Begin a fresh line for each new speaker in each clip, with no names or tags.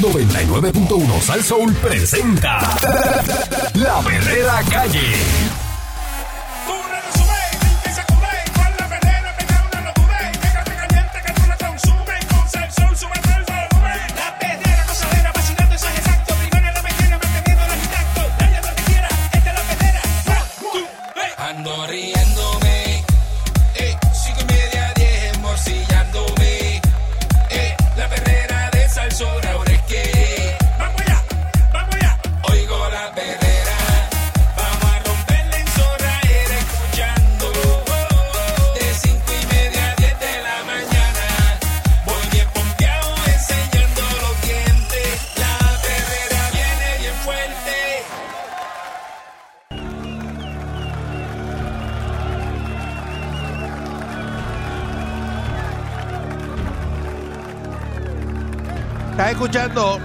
99.1 Sal Soul presenta La Verdadera Calle.
Ando riéndome, eh, cinco y media, diez, morcillándome, eh, la perrera de Salsón ahora es que, vamos allá, vamos allá, oigo la perrera, vamos a romperla en zorra, era escuchando, de cinco y media a diez de la mañana, voy bien pompeado enseñando los dientes, la perrera viene bien fuerte.
Estás escuchando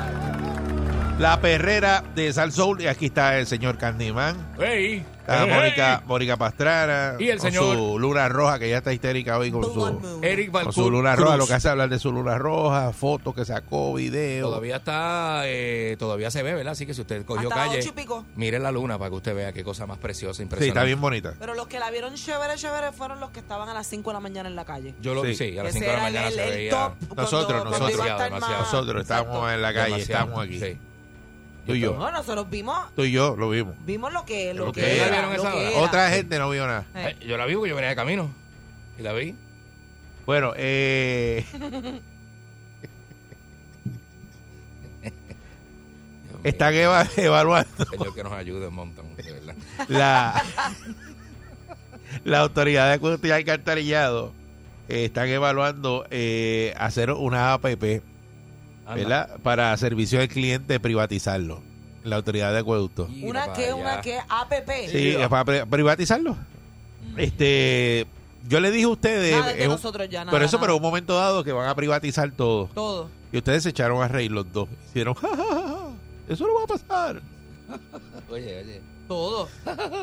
la perrera de Sal Soul y aquí está el señor Candyman.
Ey, ey,
Está Ah, Mónica, Mónica Pastrana.
Y el
con
señor-
su luna roja, que ya está histérica hoy con su,
Eric
con
Balcour
su luna
Cruz.
roja. Lo que hace es hablar de su luna roja, fotos que sacó, videos.
Todavía está, eh, todavía se ve, ¿verdad? Así que si usted cogió
Hasta
calle,
ocho y pico.
mire la luna para que usted vea qué cosa más preciosa,
sí, está
impresionante.
bien bonita.
Pero los que la vieron chévere, chévere fueron los que estaban a las 5 de la mañana en la calle.
Yo lo vi,
Sí.
sí, a las
Ese
5 de la
era el-
mañana se
el- el
veía.
top cuando-
Nosotros,
cuando
nosotros.
iba a estar
Demasiado,
más-
Nosotros
Exacto.
estamos en la calle,
demasiado.
estamos aquí.
Sí.
Tú y yo.
No, nosotros vimos,
Tú y yo lo vimos.
vimos lo que, lo
Lo
que,
que
era,
era.
lo
¿Vieron esa
que
hora?
era.
Otra gente no vio nada.
Eh.
Eh, yo la vi porque yo venía de camino y la vi.
Bueno, eh,
Dios mío,
están eva- evaluando
Señor que nos ayude un montón, de verdad.
la, la autoridad de acueducto y alcantarillado eh, están evaluando eh, hacer una APP,
Anda.
¿verdad? Para servicio al cliente privatizarlo. La autoridad de acueducto.
Mira
Una
para
que, una
allá.
que, APP.
Sí, es para pri- privatizarlo.
Mm.
Este, yo le dije a ustedes,
Nada de
es un-
nosotros ya, nada.
pero eso,
nada.
pero en un momento dado que van a privatizar todo.
Todo.
Y ustedes se echaron a reír los dos. Hicieron, "Ja, ja, ja, ja, eso no va a pasar.
Oye, oye.
Todo.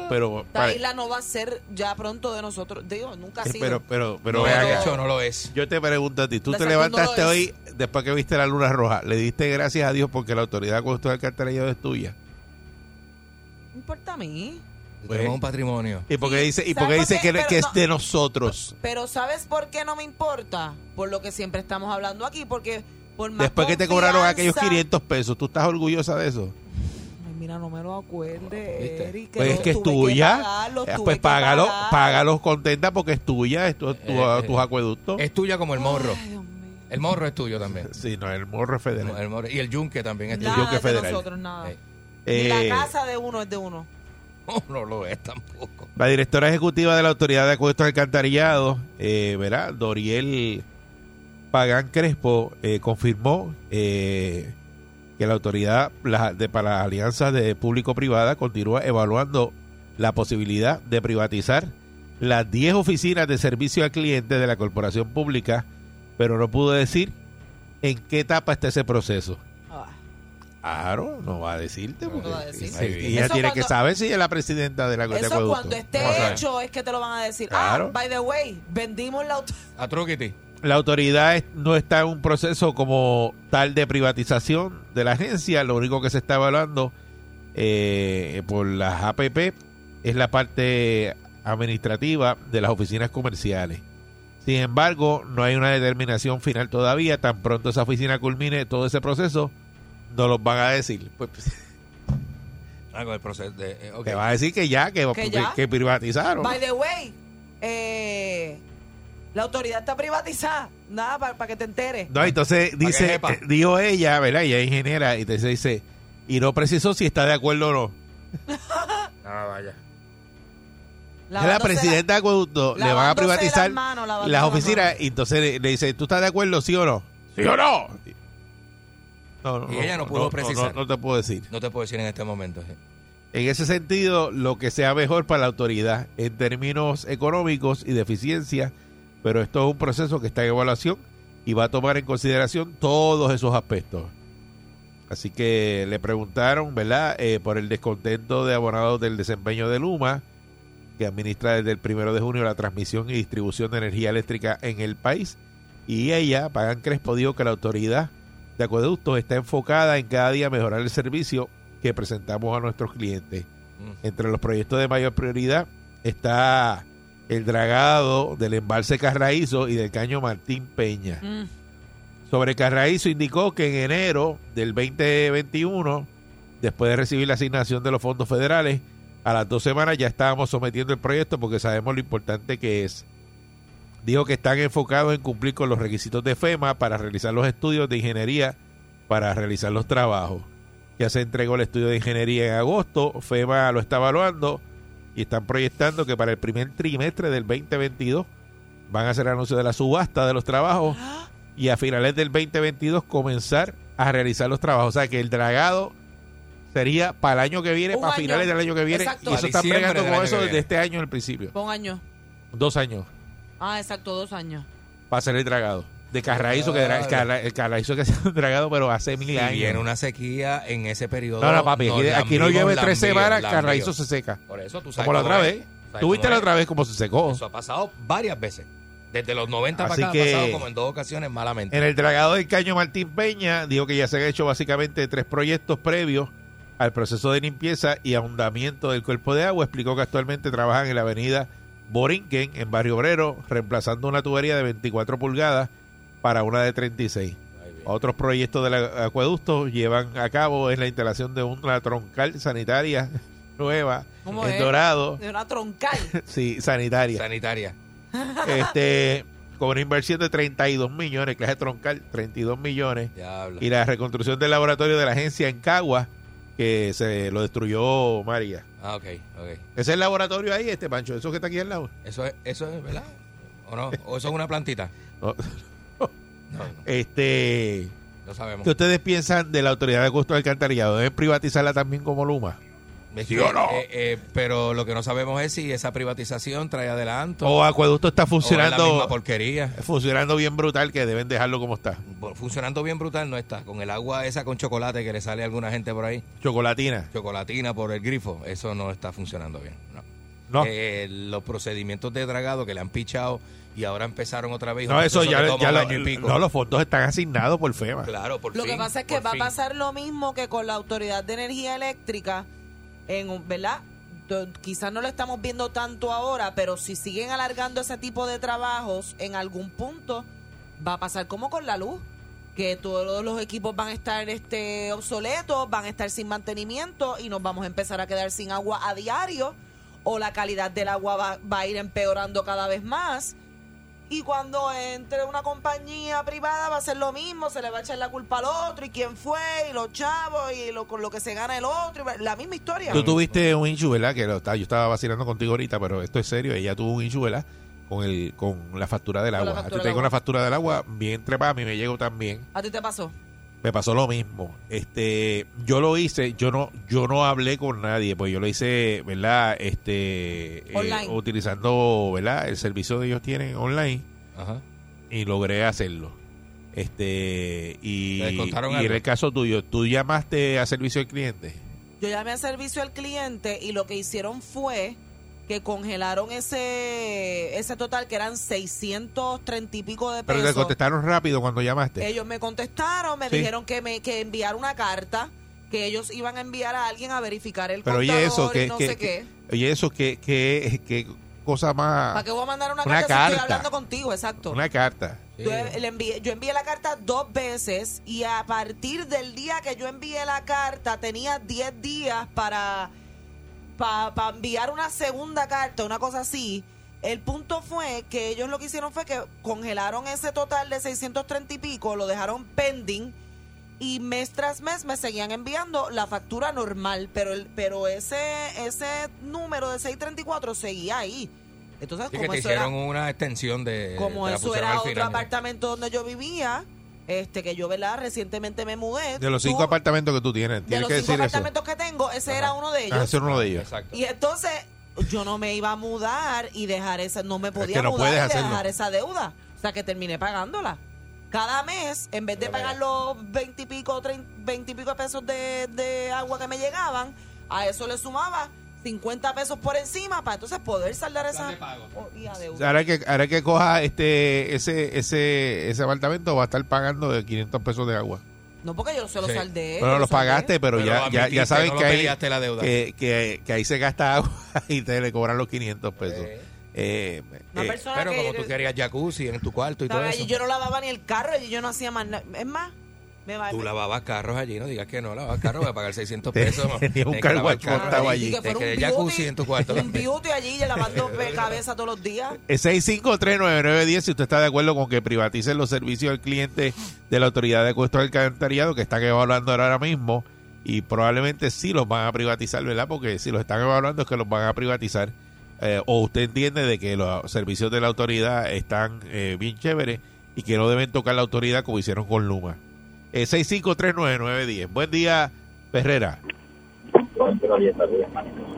Pero,
Esta
vale,
isla no va a ser ya pronto de nosotros. Digo, nunca ha sido.
Eh, pero, pero, pero,
no
ven
lo
acá.
he hecho, no lo es.
Yo te pregunto a ti, tú
La
te
salud
levantaste
no lo es.
hoy después que viste la luna roja, le diste gracias a Dios porque la autoridad cuando del alcantarillado es tuya.
no importa a mí.
Tenemos un patrimonio.
Pues, Y porque
Sí,
dice, y
¿sabes
porque
por
dice
qué?
que,
Pero
que este es
no-
de nosotros.
Pero ¿sabes por qué no me importa? Por lo que siempre estamos hablando aquí, porque por más
Después que te cobraron aquellos
confianza-
500 pesos, ¿tú estás orgullosa de eso?
Ay, mira, no me lo acuerde,
¿Viste?
Eric,
Pues
los
es que es
tuve
tuya.
pagarlos,
Eh,
tuve
pues
que
págalo,
pagar.
págalos contenta porque es tuya, es tu- tu-
Eh, eh.
tus acueductos.
Es tuya como el morro.
Ay, Dios mío.
El morro es tuyo también.
Sí, no, el morro es federal.
El morro- Y el yunque también es tuyo.
Nada
yo que
de
federal.
nosotros, nada.
Eh,
Ni
Eh,
la casa de uno es de uno.
No, no lo es tampoco.
La directora ejecutiva de la Autoridad de Acuestos Alcantarillados, eh, ¿verdad? Doriel Pagán Crespo, eh, confirmó eh, que la autoridad la- de- para las alianzas de público-privada continúa evaluando la posibilidad de privatizar las 10 oficinas de servicio al cliente de la corporación pública, pero no pudo decir en qué etapa está ese proceso.
Ah.
Claro, no va a decirte.
No
porque-
va a decir.
sí,
Muy bien.
ella
Eso
tiene que
cuando-
saber si ella es la presidenta de la de
Eso
Acueducto.
cuando
¿Cómo va a
esté
saber?
hecho es que te lo van a decir.
Claro. Ah,
Ah, by the way, vendimos la auto.
A Truquiti.
La autoridad es- no está en un proceso como tal de privatización de la agencia. Lo único que se está evaluando eh, por las APP es la parte administrativa de las oficinas comerciales. Sin embargo, no hay una determinación final todavía. Tan pronto esa oficina culmine todo ese proceso, no los van a decir. Pues,
Ah, con el proceso de. eh, ok.
Te van a decir que ya, que,
Que ya.
que privatizaron.
By the way, eh, la autoridad está privatizada. Nada, para que te enteres.
No, entonces
que
dice,
sepa.
eh, dijo ella, ¿verdad? Ella es ingeniera, y entonces dice, y no precisó si está de acuerdo o no.
Ah, vaya.
Es la
Lavándose
presidenta de acueducto, le van a
lavándose
privatizar
las manos, lavándose
las
las
oficinas, y entonces le, le dice, ¿tú estás de acuerdo, sí o no? ¿Sí o no? No, no,
Y ella no pudo precisar.
No, no te puedo decir.
No te puedo decir en este momento. sí.
En ese sentido, lo que sea mejor para la autoridad en términos económicos y de eficiencia, pero esto es un proceso que está en evaluación y va a tomar en consideración todos esos aspectos. Así que le preguntaron, ¿verdad?, Eh, por el descontento de abonados del desempeño de Luma, que administra desde el primero de junio la transmisión y distribución de energía eléctrica en el país. Y ella, Pagan Crespo, dijo que la autoridad de acueductos está enfocada en cada día mejorar el servicio que presentamos a nuestros clientes. Entre los proyectos de mayor prioridad está el dragado del embalse Carraízo y del caño Martín Peña.
Mm.
Sobre Carraízo indicó que en enero del 2021, después de recibir la asignación de los fondos federales, a las dos semanas ya estábamos sometiendo el proyecto porque sabemos lo importante que es. Dijo que están enfocados en cumplir con los requisitos de FEMA para realizar los estudios de ingeniería para realizar los trabajos. Ya se entregó el estudio de ingeniería en agosto, FEMA lo está evaluando y están proyectando que para el primer trimestre del 2022 van a hacer anuncio de la subasta de los trabajos y a finales del 2022 comenzar a realizar los trabajos. O sea que el dragado sería para el año que viene,
Un
para
año.
finales del año que viene.
Exacto.
Y eso
Para
están
diciembre
bregando
del
con
año
eso
que
desde
viene.
este año en el principio.
Pon año.
Dos años
Ah, exacto, dos años.
para hacer el dragado. De Carraízo, que dra- Carra- el Carraízo que se ha dragado, pero hace mil
Y
años.
Ah, viene una sequía en ese periodo.
No, no, papi, aquí,
nos
aquí no
lambimos,
llueve
lambimos,
tres semanas,
lambimos.
Carraízo se seca.
Por eso tú sabes.
Como la
cómo
otra
es.
vez.
Sabes cómo
Tuviste la
es.
otra vez cómo se secó.
Eso ha pasado varias veces. Desde los 90
Así
para acá
que-
ha pasado como en dos ocasiones malamente.
En el dragado del caño Martín Peña dijo que ya se han hecho básicamente tres proyectos previos al proceso de limpieza y ahondamiento del cuerpo de agua. Explicó que actualmente trabajan en la avenida Borinquen, en Barrio Obrero, reemplazando una tubería de 24 pulgadas para una de 36. Otros proyectos del a- acueducto llevan a cabo es la instalación de una troncal sanitaria nueva
¿Cómo
en
es?
Dorado,
De una troncal.
sí, sanitaria
Sanitaria.
este con una inversión de 32 millones, clase troncal, 32 millones,
Diablo.
y la reconstrucción del laboratorio de la agencia en Cagua, que se lo destruyó María.
Ah, ok, ok.
Ese es el laboratorio ahí, este Pancho, eso que está aquí al lado.
Eso es, eso es ¿verdad? ¿O no? ¿O eso es una plantita?
No.
No, no,
Este,
no sabemos.
¿Qué ustedes piensan de la autoridad de gusto del alcantarillado? ¿Deben privatizarla también como Luma?
Es
¿Sí
que,
o no?
eh, eh, pero lo que no sabemos es si esa privatización trae adelanto
¿O Acueducto está
o es la misma
funcionando,
porquería.
funcionando bien brutal que deben dejarlo como está?
Mm. Funcionando bien brutal no está. Con el agua esa con chocolate que le sale a alguna gente por ahí,
Chocolatina.
chocolatina por el grifo, eso no está funcionando bien. no.
No,
Eh, los procedimientos de dragado que le han pichado y ahora empezaron otra vez.
no
un
eso
proceso
ya,
que toma
ya
un
lo-
año y pico.
no, los fondos están asignados por FEMA.
Claro, por
Lo
fin,
que pasa es que
por
va
fin.
a pasar lo mismo que con la Autoridad de Energía Eléctrica, en un- ¿verdad? Do- Quizás no lo estamos viendo tanto ahora, pero si siguen alargando ese tipo de trabajos, en algún punto va a pasar como con la luz, que todos los equipos van a estar este obsoletos, van a estar sin mantenimiento y nos vamos a empezar a quedar sin agua a diario o la calidad del agua va, va a ir empeorando cada vez más. Y cuando entre una compañía privada va a ser lo mismo, se le va a echar la culpa al otro, y quién fue, y los chavos, y lo, con lo que se gana el otro, y va- la misma historia.
Tú tuviste un issue, ¿verdad? Que lo está- yo estaba vacilando contigo ahorita, pero esto es serio. Ella tuvo un issue, ¿verdad? Con, el, con la factura del
Con la
agua.
factura
Te
del
tengo
agua.
una factura del agua bien trepada, a mí me llegó también.
¿A ti te pasó?
Me pasó lo mismo. Este, yo lo hice, yo no, yo no hablé con nadie, pues yo lo hice, ¿verdad? Este, eh,
Online.
utilizando, ¿verdad? El servicio que ellos tienen online
Ajá.
y logré hacerlo. Este, y,
¿Te descontaron
y
algo?
en el caso tuyo, tú llamaste a servicio al cliente.
Yo llamé a servicio al cliente y lo que hicieron fue que congelaron ese ese total que eran 630 y pico de
Pero
pesos.
te contestaron rápido cuando llamaste.
Ellos me contestaron, me
Sí.
dijeron que me que enviar una carta, que ellos iban a enviar a alguien a verificar el
Pero
contador
oye eso,
y
que,
no
que-
sé qué.
que- oye eso, que, que, que cosa
¿Para
más...
qué voy a mandar una,
Una
carta, si
carta.
estoy hablando contigo? Exacto.
Una carta.
Sí.
Yo, e-, le envié, yo envié la carta dos veces y a partir del día que yo envié la carta tenía 10 días para para enviar una segunda carta, una cosa así. El punto fue que ellos lo que hicieron fue que congelaron ese total de 630 y pico, lo dejaron pending y mes tras mes me seguían enviando la factura normal, pero el, pero ese ese número de 634 seguía ahí. Entonces,
Sí, que
como
te
eso era
hicieron una extensión
Eh,
de.
como
te la
eso
pusieron
era
al
otro
final.
apartamento donde yo vivía, este que yo, ¿verdad? Recientemente me mudé.
De los cinco
Tú-
apartamentos que tú tienes,
de
tienes
los
que
cinco
decir eso.
apartamentos que tengo, ese
Ajá.
era uno de
Ah,
ellos.
ese es uno de ellos.
Exacto.
Y entonces yo no me iba a mudar y dejar esa, no me podía
que no
mudar y
puedes hacerlo.
dejar esa deuda. O sea que terminé pagándola. Cada mes, en vez de
Mira,
pagar
mira.
los 20 y pico, 30 20 y pico pesos de, de agua que me llegaban, a eso le sumaba 50 pesos por encima para entonces poder saldar esa oh, y a deuda.
Ahora que, ahora que coja este ese, ese, ese apartamento va a estar pagando de 500 pesos de agua.
No porque yo se lo
Sí.
saldé. yo
Bueno,
lo
los
saldé.
pagaste, pero,
Pero
ya, ya,
admitiste,
ya saben
no lo
que, ahí,
peleaste la deuda.
Que, que- que ahí se gasta agua y te le cobran los 500 pesos.
Eh.
Eh,
Una
eh,
persona
Pero
que
como
yo-
tú querías jacuzzi en tu cuarto y todo
estaba
eso.
allí, yo no lavaba ni el carro y yo no hacía más nada. Es más, me va
Tú lavabas carros allí, no digas que no lavabas carros, voy a pagar 600 pesos.
Tenía un
Tienes que
car
lavar
wash
carros
montado allí.
Y que
Te
fuera
quedé
un
jacuzzi
beauty,
en tu cuarto.
Un beauty allí ya lavando cabeza todos los días.
Eh, 6539910 si usted está de acuerdo con que privaticen los servicios al cliente de la autoridad de cuestos del alcantarillado que están evaluando ahora mismo y probablemente sí los van a privatizar, ¿verdad? Porque si los están evaluando es que los van a privatizar eh, o usted entiende de que los servicios de la autoridad están eh, bien chéveres y que no deben tocar la autoridad como hicieron con Luma. Eh, 6539910. Buen día, Herrera.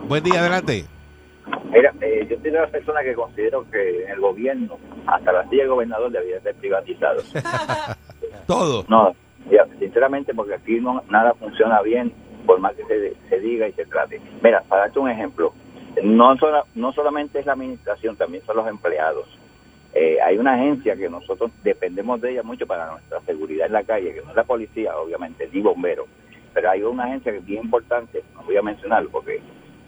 Buen día, adelante.
Mira, eh, yo soy de las personas que considero que el gobierno, hasta la silla del gobernador, debería ser privatizado.
Todo.
No, ya, sinceramente, porque aquí no, nada funciona bien, por más que se, se diga y se trate. Mira, para darte un ejemplo, no, sola- no solamente es la administración, también son los empleados. Eh, hay una agencia que nosotros dependemos de ella mucho para nuestra seguridad en la calle, que no es la policía, obviamente, ni bomberos, pero hay una agencia que es bien importante, no voy a mencionarlo porque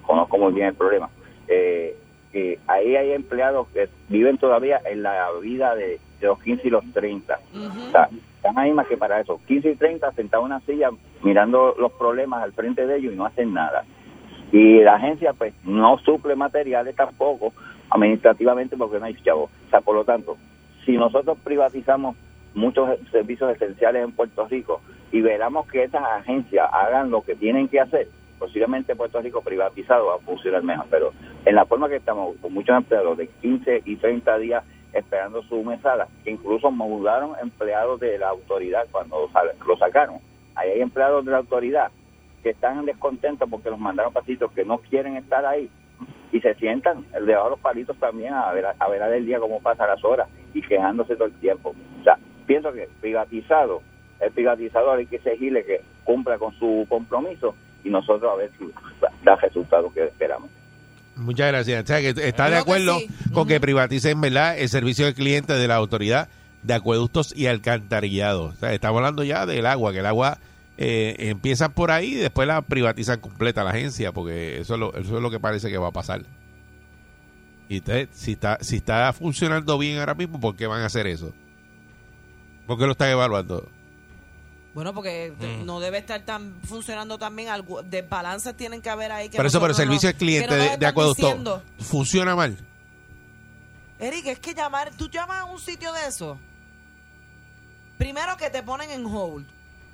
conozco muy bien el problema. Eh, que ahí hay empleados que viven todavía en la vida de, de los 15 y los 30. O sea, están ahí más que para eso. 15 y 30 sentados en una silla mirando los problemas al frente de ellos y no hacen nada. Y la agencia pues no suple materiales tampoco administrativamente porque no hay chavo. O sea, por lo tanto, si nosotros privatizamos muchos servicios esenciales en Puerto Rico y veramos que esas agencias hagan lo que tienen que hacer, posiblemente Puerto Rico privatizado va a funcionar mejor. Pero en la forma que estamos, con muchos empleados de 15 y 30 días esperando su mesada, que incluso mudaron empleados de la autoridad cuando sal- lo sacaron. Ahí hay empleados de la autoridad que están descontentos porque los mandaron pasitos que no quieren estar ahí y se sientan debajo de los palitos también a ver, a ver el día cómo pasan las horas y quejándose todo el tiempo. O sea, pienso que privatizado, el privatizador hay que exigirle que cumpla con su compromiso y nosotros a ver si da resultados que esperamos.
Muchas gracias. O sea, que está
Creo
de
que
acuerdo
sí.
con
Ujú.
que privaticen, ¿verdad?, el servicio del cliente de la autoridad de acueductos y alcantarillados. O sea, estamos hablando ya del agua, que el agua eh, empiezan por ahí y después la privatizan completa la agencia, porque eso es lo, eso es lo que parece que va a pasar. Y usted, si está, si está funcionando bien ahora mismo, ¿por qué van a hacer eso? ¿Por qué lo están evaluando?
Bueno, porque te-
Mm.
no debe estar tan funcionando tan bien. algu- Desbalances tienen que haber ahí. Que
Por eso, pero el
nosotros no-
servicio al
que
cliente
no nos
de, de
están
acueductos
diciendo.
funciona mal.
Eric, es que llamar, tú llamas a un sitio de eso. Primero que te ponen en hold.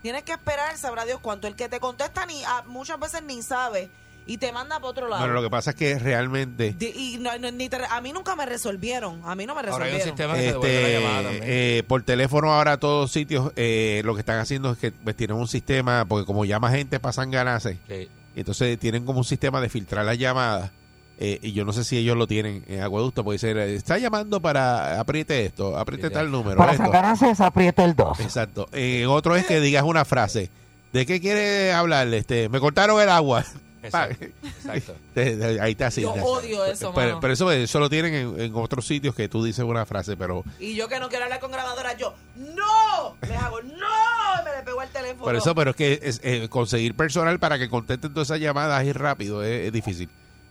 Tienes que esperar, sabrá Dios cuánto. El que te contesta ni a- muchas veces ni sabe y te manda para otro lado.
Bueno, lo que pasa es que realmente...
Di- y no- no- ni te- a mí nunca me resolvieron. A mí no me
Ahora hay un sistema
resolvieron. Eh,
que te devuelve la llamada también.
Este, eh, por teléfono ahora a todos sitios eh, lo que están haciendo es que pues, tienen un sistema, porque como llama gente pasan ganancias,
Sí.
entonces tienen como un sistema de filtrar las llamadas. eh, y yo no sé si ellos lo tienen en Acueducto, porque dicen, eh, está llamando para, apriete esto, apriete
Sí,
tal número.
Para
esto.
sacar a César, aprieta el 2.
Exacto. Eh, otro es que digas una frase. ¿De qué quiere hablarle? Este, me cortaron el agua.
Exacto, exacto.
Te- te- Ahí te
Yo
asignas. Pues,
odio eso,
pero,
mano.
pero eso, eso lo tienen en, en otros sitios que tú dices una frase, pero
Y yo que no quiero hablar con grabadora, yo, ¡no! Les hago, ¡no! Y me le pegó el teléfono.
Por eso, pero es que es, eh, conseguir personal para que contesten todas esas llamadas es rápido, es, es difícil.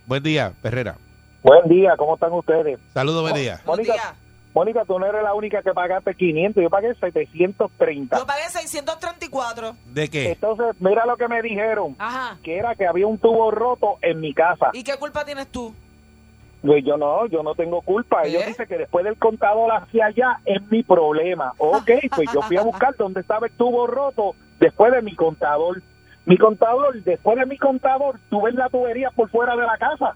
Buen día, Herrera.
Buen día, ¿cómo están ustedes?
Saludos,
Oh.
buen día.
Buenos
Mónica,
días.
Mónica, tú no eres la única que pagaste 500, yo pagué 730.
Yo pagué 634.
¿De qué?
Entonces, mira lo que me dijeron,
Ajá.
que era que había un tubo roto en mi casa.
¿Y qué culpa tienes tú?
Pues yo no, yo no tengo culpa. Ellos
¿Eh?
dicen que después del contador hacia allá es mi problema. Ok, pues yo fui a buscar dónde estaba el tubo roto después de mi contador. Mi contador, después de mi contador, tuve la tubería por fuera de la casa.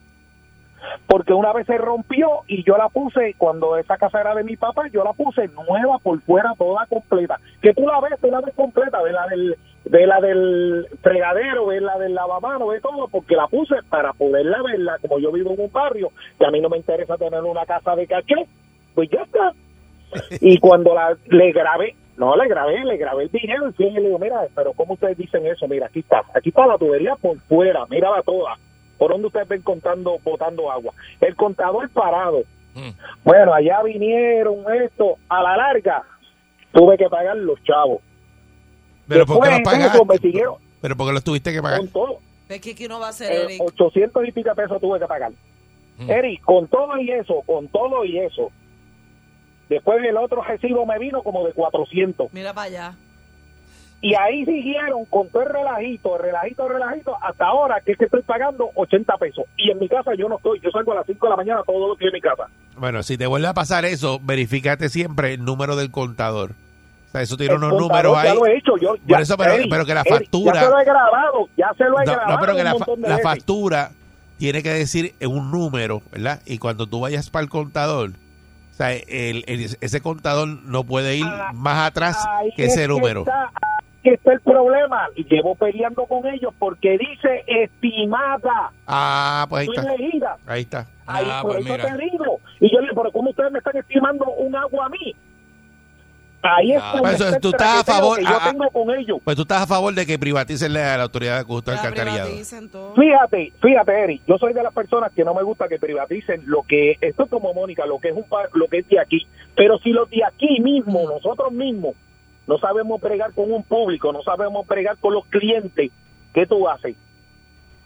Porque una vez se rompió y yo la puse, cuando esa casa era de mi papá, yo la puse nueva por fuera, toda completa. Que tú la ves, tú la ves completa, de la del, de la del fregadero, de la del lavamano, de todo, porque la puse para poderla verla. Como yo vivo en un barrio, que a mí no me interesa tener una casa de caché, pues ya está. Y cuando la, le grabé, no, le grabé, le grabé el dinero y fui y le digo, mira, pero ¿cómo ustedes dicen eso? Mira, aquí está, aquí está la tubería por fuera, mírala toda. ¿Por dónde ustedes ven contando, botando agua? El contador parado.
Mm.
Bueno, allá vinieron esto, a la larga tuve que pagar los chavos.
Pero ¿por qué lo
Después,
pagaste?
eso, me siguieron
Pero porque lo tuviste que pagar.
con todo.
Es que aquí no va a ser,
Eh,
Eric.
800 y pico de pesos tuve que pagar.
Mm.
Eric, con todo y eso, con todo y eso. Después el otro recibo me vino como de 400.
Mira para allá.
Y ahí siguieron con todo el relajito, relajito, relajito, hasta ahora que es que estoy pagando 80 pesos. Y en mi casa yo no estoy, yo salgo a las 5 de la mañana todos los días de mi casa.
Bueno, si te vuelve a pasar eso, verifícate siempre el número del contador. O sea, eso tiene
El
unos
contador
números
ya
ahí.
lo he hecho, yo-
Por eso, pero- pero que la factura-
Ya se lo he grabado, ya se lo he
No,
grabado.
no, pero que
un
la, fa-
montón de
la
veces.
factura tiene que decir un número, ¿verdad? Y cuando tú vayas para el contador, o sea, el- el- ese contador no puede ir
Ah,
más atrás
Ahí
que ese
es
número.
está, ahí que está el problema. Y llevo peleando con ellos porque dice estimada,
Ah, pues ahí
estoy
está.
leída.
Ahí está.
Ahí,
Ah,
por
pues
eso
mira.
te digo. Y yo le digo, pero ¿cómo ustedes me están estimando un agua a mí? Ahí es
Ah,
donde
pues eso,
está el
tú estás a
traqueteo
favor,
que
ah,
yo
ah.
tengo con ellos.
Pues tú estás a favor de que privaticen la, la autoridad de acueducto
La
alcantarillado.
privaticen todo.
Fíjate, fíjate, Eri, yo soy de las personas que no me gusta que privaticen lo que esto es como Mónica, lo que es un pa- lo que es de aquí, pero si los de aquí mismo, nosotros mismos no sabemos pregar con un público, no sabemos pregar con los clientes, ¿qué tú haces?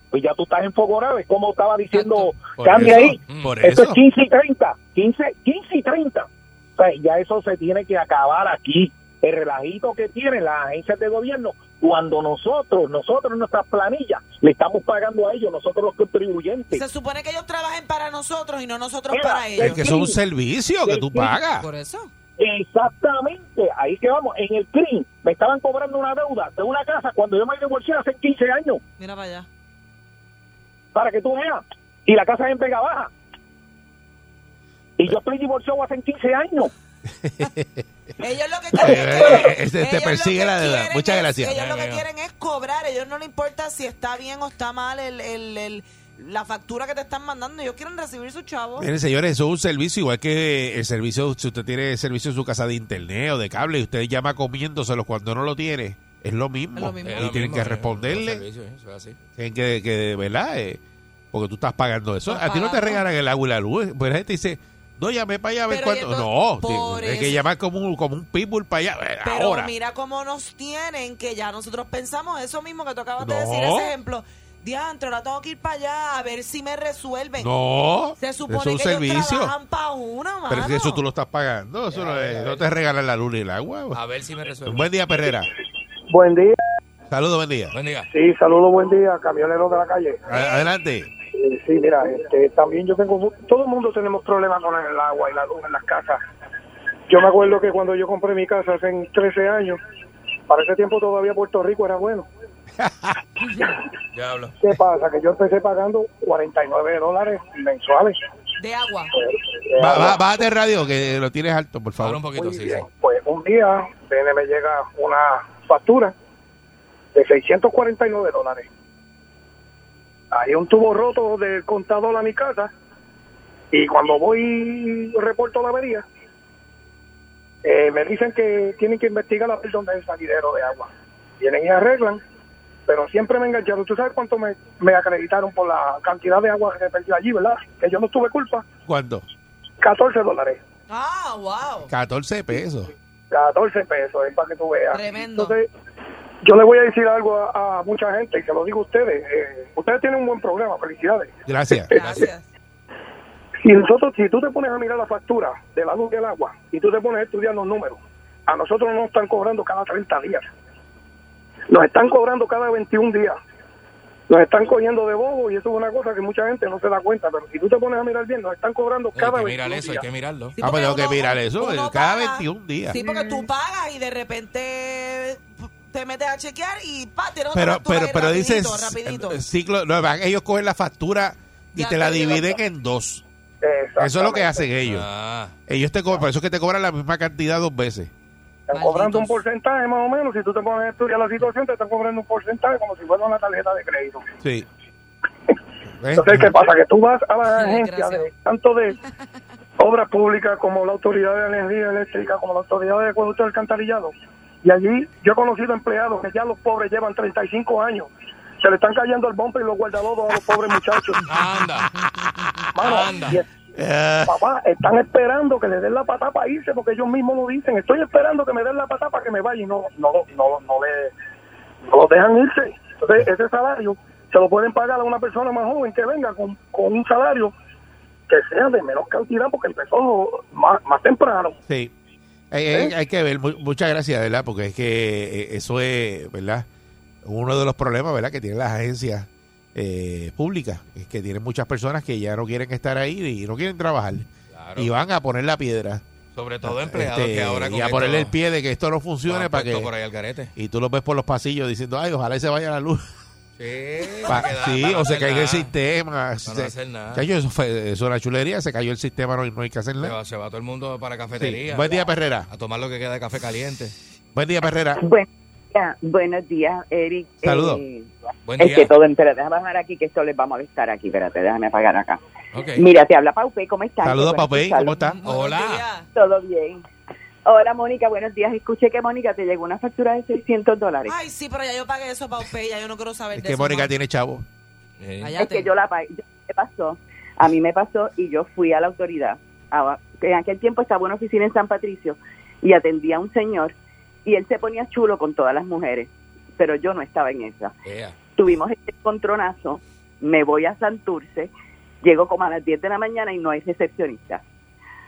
Pues ya tú estás enfogonado, es como estaba diciendo
Por
Candy
eso, mm,
ahí,
Por
esto
eso.
es 15 y 30, 15, 15 y 30. O sea, ya eso se tiene que acabar aquí. El relajito que tienen las agencias de gobierno, cuando nosotros, nosotros nuestras planillas, le estamos pagando a ellos, nosotros los contribuyentes.
Se supone que ellos trabajen para nosotros y no nosotros
Mira,
para
Es
ellos.
que eso es un servicio que tú pagas.
Por eso.
Exactamente, ahí que vamos. En el CRIM me estaban cobrando una deuda de una casa cuando yo me divorcié hace 15 años,
Mira para allá.
para que tú veas. Y la casa es en Vega Baja. Y yo estoy divorciado hace 15 años.
Ellos lo que
Eh,
quieren
eh,
es
este te
ellos lo
persigue
que
la deuda.
quieren
Muchas
es-
gracias.
Ellos lo que
Venga.
quieren es cobrar. Ellos no les importa si está bien o está mal el, el- el- la factura que te están mandando. Ellos quieren recibir su chavo.
Miren, señores, eso es un servicio igual que el servicio, si usted tiene servicio en su casa de internet o de cable y usted llama comiéndoselos cuando no lo tiene, es lo mismo.
Es lo mismo.
Y
Es
lo
tienen
mismo,
que
eh,
responderle,
los servicios, eh, eso es así.
tienen que, que ¿verdad? Eh, porque tú estás pagando eso.
Estás
A ti no te
pagando.
regalan el agua y la luz. eh. Pues la gente dice, no llamé para allá a ver
Pero
cuánto.
y entonces-
No,
por
tienes que
eso.
llamar como un, como un pitbull para allá. eh,
Pero
ahora.
mira cómo nos tienen, que ya nosotros pensamos eso mismo que tú acabas de
No.
decir, ese ejemplo. Diantro, ahora tengo que ir para allá a ver si me resuelven.
no,
Se
eso
supone
es un
que ellos
servicio.
trabajan para uno, mano.
Pero es que eso tú lo estás pagando. Eso no, es- no te regalan la luz ni el agua.
A ver si me resuelve.
Buen día, Perrera.
Buen día,
Saludos, buen día.
Buen día.
sí, saludo, buen día, camioneros de la calle.
A- Adelante.
Eh, Sí, mira, este, también yo tengo, todo el mundo tenemos problemas con el agua y la luz en las casas. Yo me acuerdo que cuando yo compré mi casa hace 13 años, para ese tiempo todavía Puerto Rico era bueno.
Ya hablo.
¿Qué pasa? Que yo empecé pagando 49 dólares mensuales.
De agua.
Eh,
Ba- ba- bájate el radio, que lo tienes alto, por
Ahora un
favor.
poquito,
Muy
sí,
bien.
sí.
Pues un día viene, me llega una factura de 649 dólares. Hay un tubo roto del contador a mi casa y cuando voy reporto la avería, eh, me dicen que tienen que investigar a ver dónde es el salidero de agua. Vienen y arreglan, pero siempre me engancharon. ¿Tú sabes cuánto me, me acreditaron por la cantidad de agua que se perdió allí, verdad? Que yo no tuve culpa.
¿Cuánto?
14 dólares.
Ah, wow.
14 pesos.
14 pesos, es para que tú veas.
Tremendo.
Entonces, yo le voy a decir algo a, a mucha gente y se lo digo a ustedes. eh, ustedes tienen un buen programa, felicidades.
Gracias.
Gracias.
Si nosotros, si tú te pones a mirar la factura de la luz y el agua y tú te pones a estudiar los números, a nosotros nos están cobrando cada 30 días. Nos están cobrando cada 21 días. Nos están cogiendo de bobo y eso es una cosa que mucha gente no se da cuenta, pero si tú te pones a mirar bien, nos están cobrando
Hay
cada
que
21
mirar eso, hay
días.
que mirarlo.
Sí,
Ah,
porque
pero tengo que
uno-
mirar eso,
uno
eh, cada
paga.
21 días.
Sí, porque
Mm.
tú pagas y de repente te metes a chequear y pa, tienes otra
Pero,
factura
pero,
ahí
pero
rapidito,
dices,
rapidito.
eh, ciclo, no, van, ellos cogen la factura y
Ya,
te la
te digo,
dividen en dos.
Exactamente.
Eso es lo que hacen ellos.
Ah,
Ellos te cobran, por eso es que te cobran la misma cantidad dos veces.
Están cobrando un
Malditos.
porcentaje más o menos. Si tú te pones a estudiar la situación, te están cobrando un porcentaje como si fuera una tarjeta de crédito.
Sí. ¿Ves?
Entonces, ¿qué pasa? Que tú vas a las
Ay,
agencias,
gracias.
de- tanto de obras públicas como la Autoridad de Energía Eléctrica, como la Autoridad de Acueducto y Alcantarillado, y allí yo he conocido empleados que ya los pobres llevan 35 años. Se le están cayendo el bombe y los guardalodos a los pobres muchachos.
anda.
Mano,
Anda.
y es-
Ah,
Papá, están esperando que le den la patada para irse porque ellos mismos lo dicen. Estoy esperando que me den la patada para que me vaya y no, no, no, no, le, no lo dejan irse. Entonces, ese salario se lo pueden pagar a una persona más joven que venga con, con un salario que sea de menos cantidad porque empezó más, más temprano.
sí. Hay, Eh, hay- hay que ver, Mu- muchas gracias, ¿verdad? Porque es que eh, eso es, ¿verdad? Uno de los problemas, ¿verdad? Que tienen las agencias eh, públicas, es que tienen muchas personas que ya no quieren estar ahí y no quieren trabajar.
Claro.
Y van a poner la piedra.
Sobre todo empleados
Este,
que ahora
y a
esto
ponerle el pie de que esto no
lo han
funcione para que...
puesto por ahí al garete.
Y tú lo ves por los pasillos diciendo, ay, ojalá y se vaya la luz.
Sí, para
Pa-
que da-
sí,
para no
o se
hacer
caiga el
nada.
sistema.
no
se-
hacer nada.
Chacho, eso, fue, eso es una chulería, se cayó el sistema, no, no hay que hacer
Se
nada.
va, se va todo el mundo para
Sí.
cafetería.
Buen día, Perrera.
A tomar lo que queda de café caliente.
Buen día, Perrera.
Buen día, buenos días, Eric.
Saludos.
Eh,
Buen
es
día.
que todo, espera, déjame bajar aquí, que esto les va a molestar aquí, espérate, déjame apagar acá.
Ok.
Mira, te habla Paupe, ¿cómo estás?
Saludos,
Bueno,
Papey,
escucharlo.
¿cómo está?
Buenos
Hola.
días.
Todo bien. Hola, Mónica, buenos días. Escuché que, Mónica, te llegó una factura de 600 dólares.
Ay, sí, pero ya yo pagué eso para usted, ya yo no quiero
eh,
saber
Es
de
que
eso
Mónica
más.
tiene chavo.
Sí.
Allá
Es
te-
que yo la pagué. Yo- ¿Qué pasó? A mí me pasó y yo fui a la autoridad. A- en aquel tiempo estaba en una oficina en San Patricio y atendía a un señor y él se ponía chulo con todas las mujeres, pero yo no estaba en esa.
Ea.
tuvimos este encontronazo, me voy a Santurce, llego como a las 10 de la mañana y no hay recepcionista.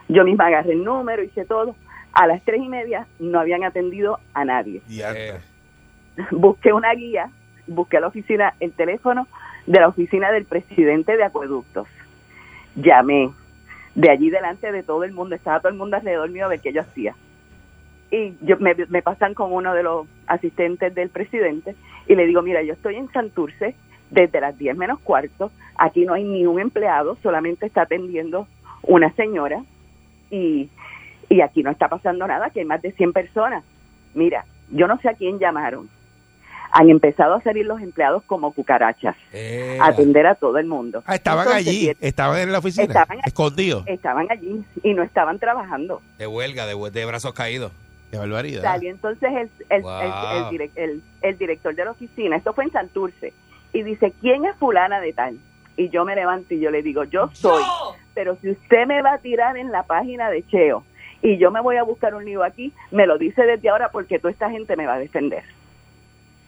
Yo misma agarré el número, hice todo. A las 3 y media no habían atendido a nadie.
Ea.
Busqué una guía, busqué la oficina, el teléfono de la oficina del presidente de acueductos. Llamé. De allí delante de todo el mundo, estaba todo el mundo alrededor mío a ver qué yo hacía. Y yo, me, me pasan con uno de los asistentes del presidente y le digo, mira, yo estoy en Santurce desde las 10 menos cuarto, aquí no hay ni un empleado, solamente está atendiendo una señora y, y aquí no está pasando nada, que hay más de 100 personas. Mira, yo no sé a quién llamaron. Han empezado a salir los empleados como cucarachas,
Ea.
Eh,
a atender a todo el mundo.
Ah, estaban
Entonces,
allí, estaban en la oficina,
Estaban allí.
escondidos.
Estaban allí y no estaban trabajando.
De huelga, de, hue- de brazos caídos.
Qué barbaridad.
Salió entonces el, el,
Wow.
el- el direc- el- el director de la oficina, esto fue en Santurce, y dice, ¿quién es fulana de tal? Y yo me levanto y yo le digo, yo soy,
¡No!
pero si usted me va a tirar en la página de Cheo y yo me voy a buscar un lío aquí, me lo dice desde ahora porque toda esta gente me va a defender.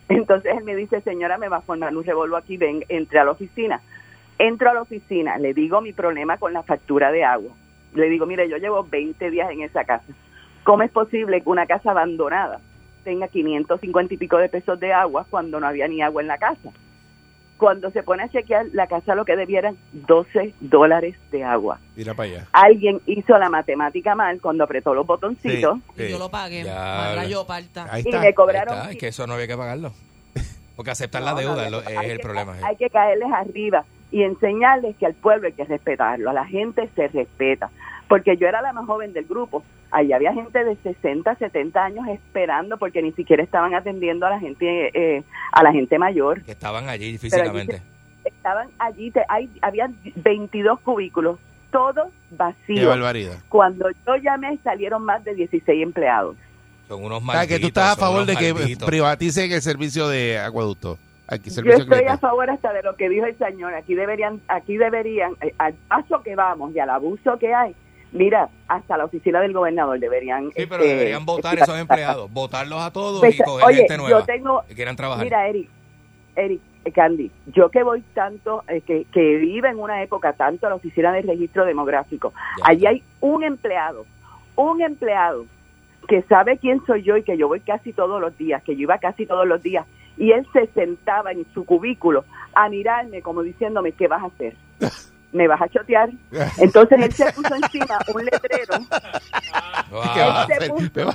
Entonces él me dice, señora, me va a formar un revolvo aquí, ven, entre a la oficina. Entro a la oficina, le digo mi problema con la factura de agua. Le digo, mire, yo llevo 20 días en esa casa. ¿Cómo es posible que una casa abandonada tenga 550 y pico de pesos de agua cuando no había ni agua en la casa? Cuando se pone a chequear, la casa lo que debieran 12 dólares de agua.
Mira para allá.
Alguien hizo la matemática mal cuando apretó los botoncitos
Y yo lo pagué.
Ya.
Maldra yo parta.
Ahí
y
está.
me
Ahí
cobraron.
está, es que eso no había que pagarlo. Porque aceptar
No,
la
no
deuda
había
lo-
que-
es
hay
el
que-
problema.
Hay que caerles arriba y enseñarles que al pueblo hay que respetarlo, a la gente se respeta. Porque yo era la más joven del grupo. Allí había gente de 60, 70 años esperando porque ni siquiera estaban atendiendo a la gente, eh, a la gente mayor
Que estaban allí físicamente.
estaban allí, te- hay, habían 22 cubículos, todos
Qué
vacíos.
barbaridad.
Cuando yo llamé salieron más de 16 empleados.
Son unos
O
Eh, malditos.
sea, Ah, que tú estás a
son
favor
unos
de que
malditos.
privaticen el servicio de acueducto. Aquí,
Yo
servicio
estoy a
cliente.
favor hasta de lo que dijo el señor. Aquí deberían, aquí deberían, eh, al paso que vamos y al abuso que hay, mira, hasta la oficina del gobernador deberían.
Sí, pero
este,
deberían votar
este,
Eh,
esos empleados. Votarlos a todos
Pues,
y coger
oye,
gente nueva.
yo tengo-
que quieran trabajar.
Mira, Eric, Eric, eh, Candy, yo que voy tanto, eh, que, que vive en una época tanto a la oficina de registro demográfico,
Ya.
allí hay un empleado, un empleado que sabe quién soy yo y que yo voy casi todos los días, que yo iba casi todos los días, y él se sentaba en su cubículo a mirarme como diciéndome, ¿qué vas a hacer? ¿Me vas a chotear? Entonces él se puso encima un letrero.
Wow,
¿Qué vas a
Este
hacer?
punto-
Me va-